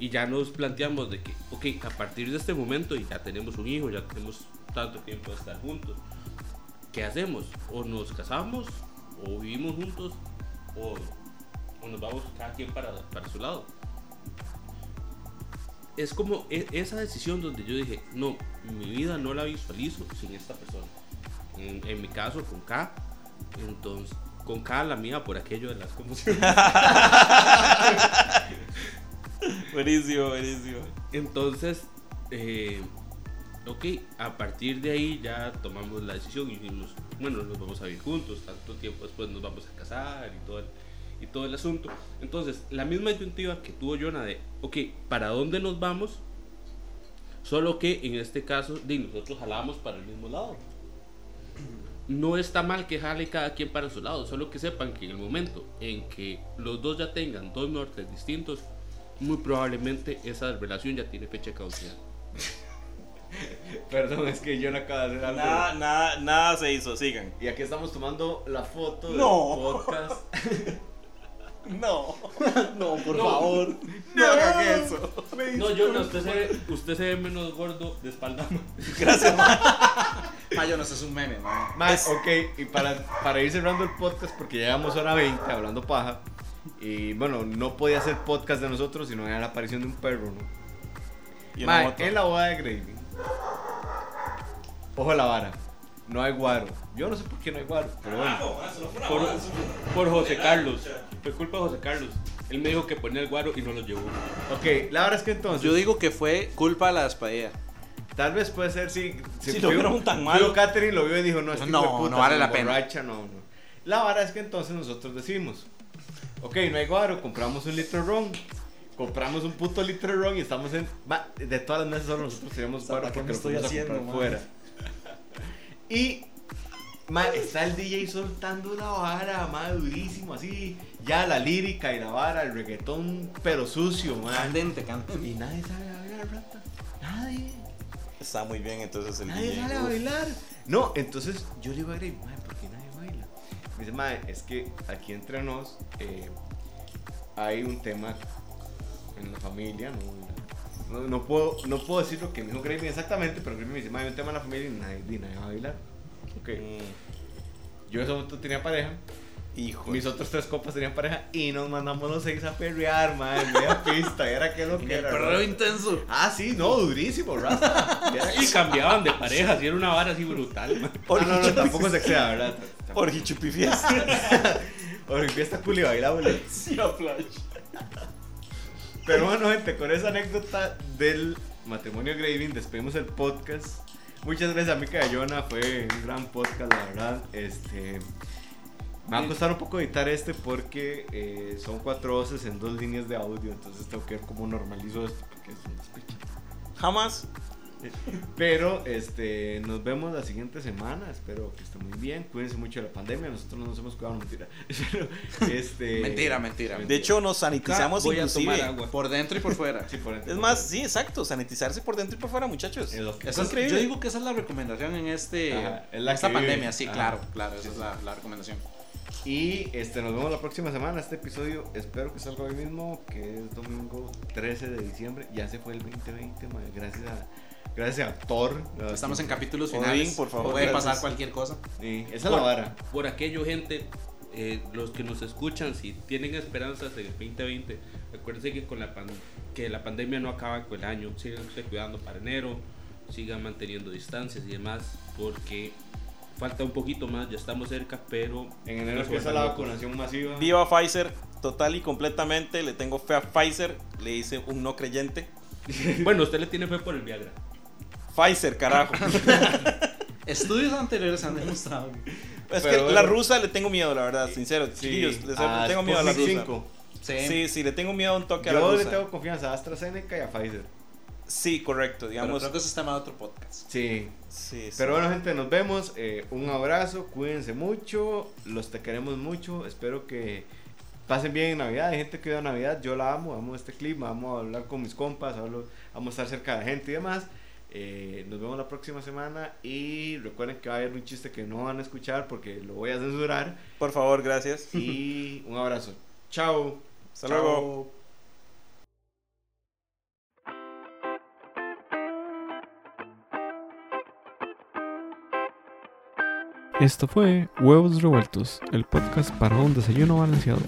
Y ya nos planteamos de que, ok, a partir de este momento y ya tenemos un hijo, ya tenemos tanto tiempo de estar juntos, ¿qué hacemos? O nos casamos, o vivimos juntos, o, o nos vamos cada quien para, para su lado. Es como e- esa decisión donde yo dije, no, mi vida no la visualizo sin esta persona. En, en mi caso, con K, entonces, con K la mía por aquello de las confusiones.
Buenísimo, buenísimo.
Entonces, eh, ok, a partir de ahí ya tomamos la decisión y dijimos, bueno, nos vamos a vivir juntos, tanto tiempo después nos vamos a casar y todo el, y todo el asunto. Entonces, la misma disyuntiva que tuvo Jonah de, ok, ¿para dónde nos vamos? Solo que en este caso, de, nosotros jalamos para el mismo lado. No está mal que jale cada quien para su lado, solo que sepan que en el momento en que los dos ya tengan dos nortes distintos, muy probablemente esa relación ya tiene fecha de caducidad.
Perdón, es que yo no acabo de hacer algo.
Nada, nada, nada se hizo, sigan.
Y aquí estamos tomando la foto
No.
del podcast. [LAUGHS]
No.
No, por favor.
No hagan eso.
No, yo no, usted se, ve, usted se ve menos gordo de espalda.
Mayo Ah, no es un meme, man.
Más, ok, y para, para ir cerrando el podcast, porque llegamos hora 20 hablando paja, y bueno, no podía ser podcast de nosotros si no era la aparición de un perro, ¿no?
Y una
Mae,
moto.
en la boda de Gravy. Ojo a la vara. No hay guaro. Yo no sé por qué no hay guaro, pero bueno.
Por, por José Carlos. Fue culpa de José Carlos. Él me dijo que ponía el guaro y no lo llevó.
Ok, la verdad es que entonces.
Yo digo que fue culpa de la despedida.
Tal vez puede ser
[LAUGHS]
si.
Si lo vieron tan mal.
Yo, Catherine lo vio y dijo: No, este
No,
hijo de puta
no vale
se
la pena.
emborracha, no, no. La vara es que entonces nosotros decimos: Ok, no hay guaro, compramos un litro de ron. Compramos un puto litro de ron y estamos en. ma, de todas las mesas, solo nosotros tenemos
sea,
guaro
¿para qué
porque
me
lo
estoy
fuimos a
haciendo,
comprar
madre?
fuera. [LAUGHS] Y Ma, está el DJ soltando una vara, ma, durísimo, así. Ya la lírica y la vara, el reggaetón, pero sucio, ma.
Candente, candente.
Y nadie sabe bailar, rata. Nadie.
Está muy bien entonces el
Nadie
DJ.
sale a
Uf.
bailar. No, entonces yo le digo a Grey, "Mae, ¿por qué nadie baila? Me dice, mae, es que aquí entre nos eh, hay un tema en la familia, ¿no? No, no puedo, no puedo decir lo que me dijo Grey exactamente, pero Grey me dice, mae, hay un tema en la familia y nadie, y nadie va a bailar. Ok.
Mm,
Yo en ese momento tenía pareja.
Hijo.
Mis otros tres copas tenían pareja y nos mandamos los seis a perrear, mae, en [LAUGHS] media pista. Y era que lo que era.
Perreo
¿no?
intenso.
Ah, sí, no, durísimo, Rasta. Viera que-
Y cambiaban de pareja, y era una vara así brutal. man.
Ah, no, no, tampoco se exceda, ¿verdad?
Por
[LAUGHS]
Hichupifiesta.
Porque fiesta cool y bailable.
Sí, a Flash.
Pero bueno, gente, con esa anécdota del matrimonio Graving despedimos el podcast. Muchas gracias a Mica y a Jonah, fue un gran podcast, la verdad. Este, me va a costar un poco editar este porque eh, son cuatro voces en dos líneas de audio, entonces tengo que ver cómo normalizo esto porque es un despecho.
Jamás.
Pero este, nos vemos la siguiente semana, espero que estén muy bien, cuídense mucho de la pandemia, nosotros no nos hemos cuidado, mentira. [LAUGHS] Pero, este,
Mentira, mentira.
De hecho, nos sanitizamos
Voy a
inclusive.
tomar agua.
Por dentro y por fuera.
Sí, por ejemplo.
Es más, sí, exacto, sanitizarse por dentro y por fuera, muchachos.
Es lo que-
Esa es-
Increíble.
yo digo que esa es la recomendación en este
Ajá, es la
esta
que
pandemia,
vive.
sí,
Ajá.
claro, claro, esa
Sí,
es
sí.
la, la recomendación.
Y este, nos vemos la próxima semana. Este episodio espero que salga hoy mismo, que es domingo 13 de diciembre. Ya se fue el 2020, madre. Gracias a, gracias a Thor.
Estamos en capítulos
Odín,
finales,
por favor,
puede
gracias.
pasar cualquier cosa.
Sí, esa es la vara.
Por aquello, gente, eh, los que nos escuchan, si tienen esperanzas en el 2020, acuérdense que, con la, pan- que la pandemia no acaba con el año. Síganse cuidando para enero, sigan manteniendo distancias y demás, porque falta un poquito más, ya estamos cerca, pero.
En enero
no se
empieza la
vuelvan locos.
vacunación masiva.
Viva Pfizer, total y completamente. Le tengo fe a Pfizer, le hice un no creyente.
Bueno, usted le tiene fe por el Viagra.
Pfizer,
[LAUGHS]
carajo.
Estudios anteriores han demostrado.
es que
Pero bueno.
la rusa le tengo miedo, la verdad, sincero.
Sí, Ah,
Chiquillos, les
a
tengo miedo a la rusa.
Sputnik V.
Sí.
Sí, sí, le tengo miedo a un toque a la
Yo le
rusa.
tengo confianza a AstraZeneca y a Pfizer.
Sí, correcto,
pero
digamos.
creo que eso es tema de otro podcast.
Sí.
Sí, sí.
Pero bueno, gente, nos vemos. eh, un abrazo, cuídense mucho. Los te queremos mucho. Espero que pasen bien en Navidad. Hay gente que vive Navidad. Yo la amo, amo este clima, amo hablar con mis compas, hablo, amo estar cerca de la gente y demás. Eh, nos vemos la próxima semana. Y recuerden que va a haber un chiste que no van a escuchar porque lo voy a censurar.
Por favor, gracias. [LAUGHS]
Y un abrazo. Chao.
Hasta luego.
Esto fue Huevos Revueltos, el podcast para un desayuno balanceado.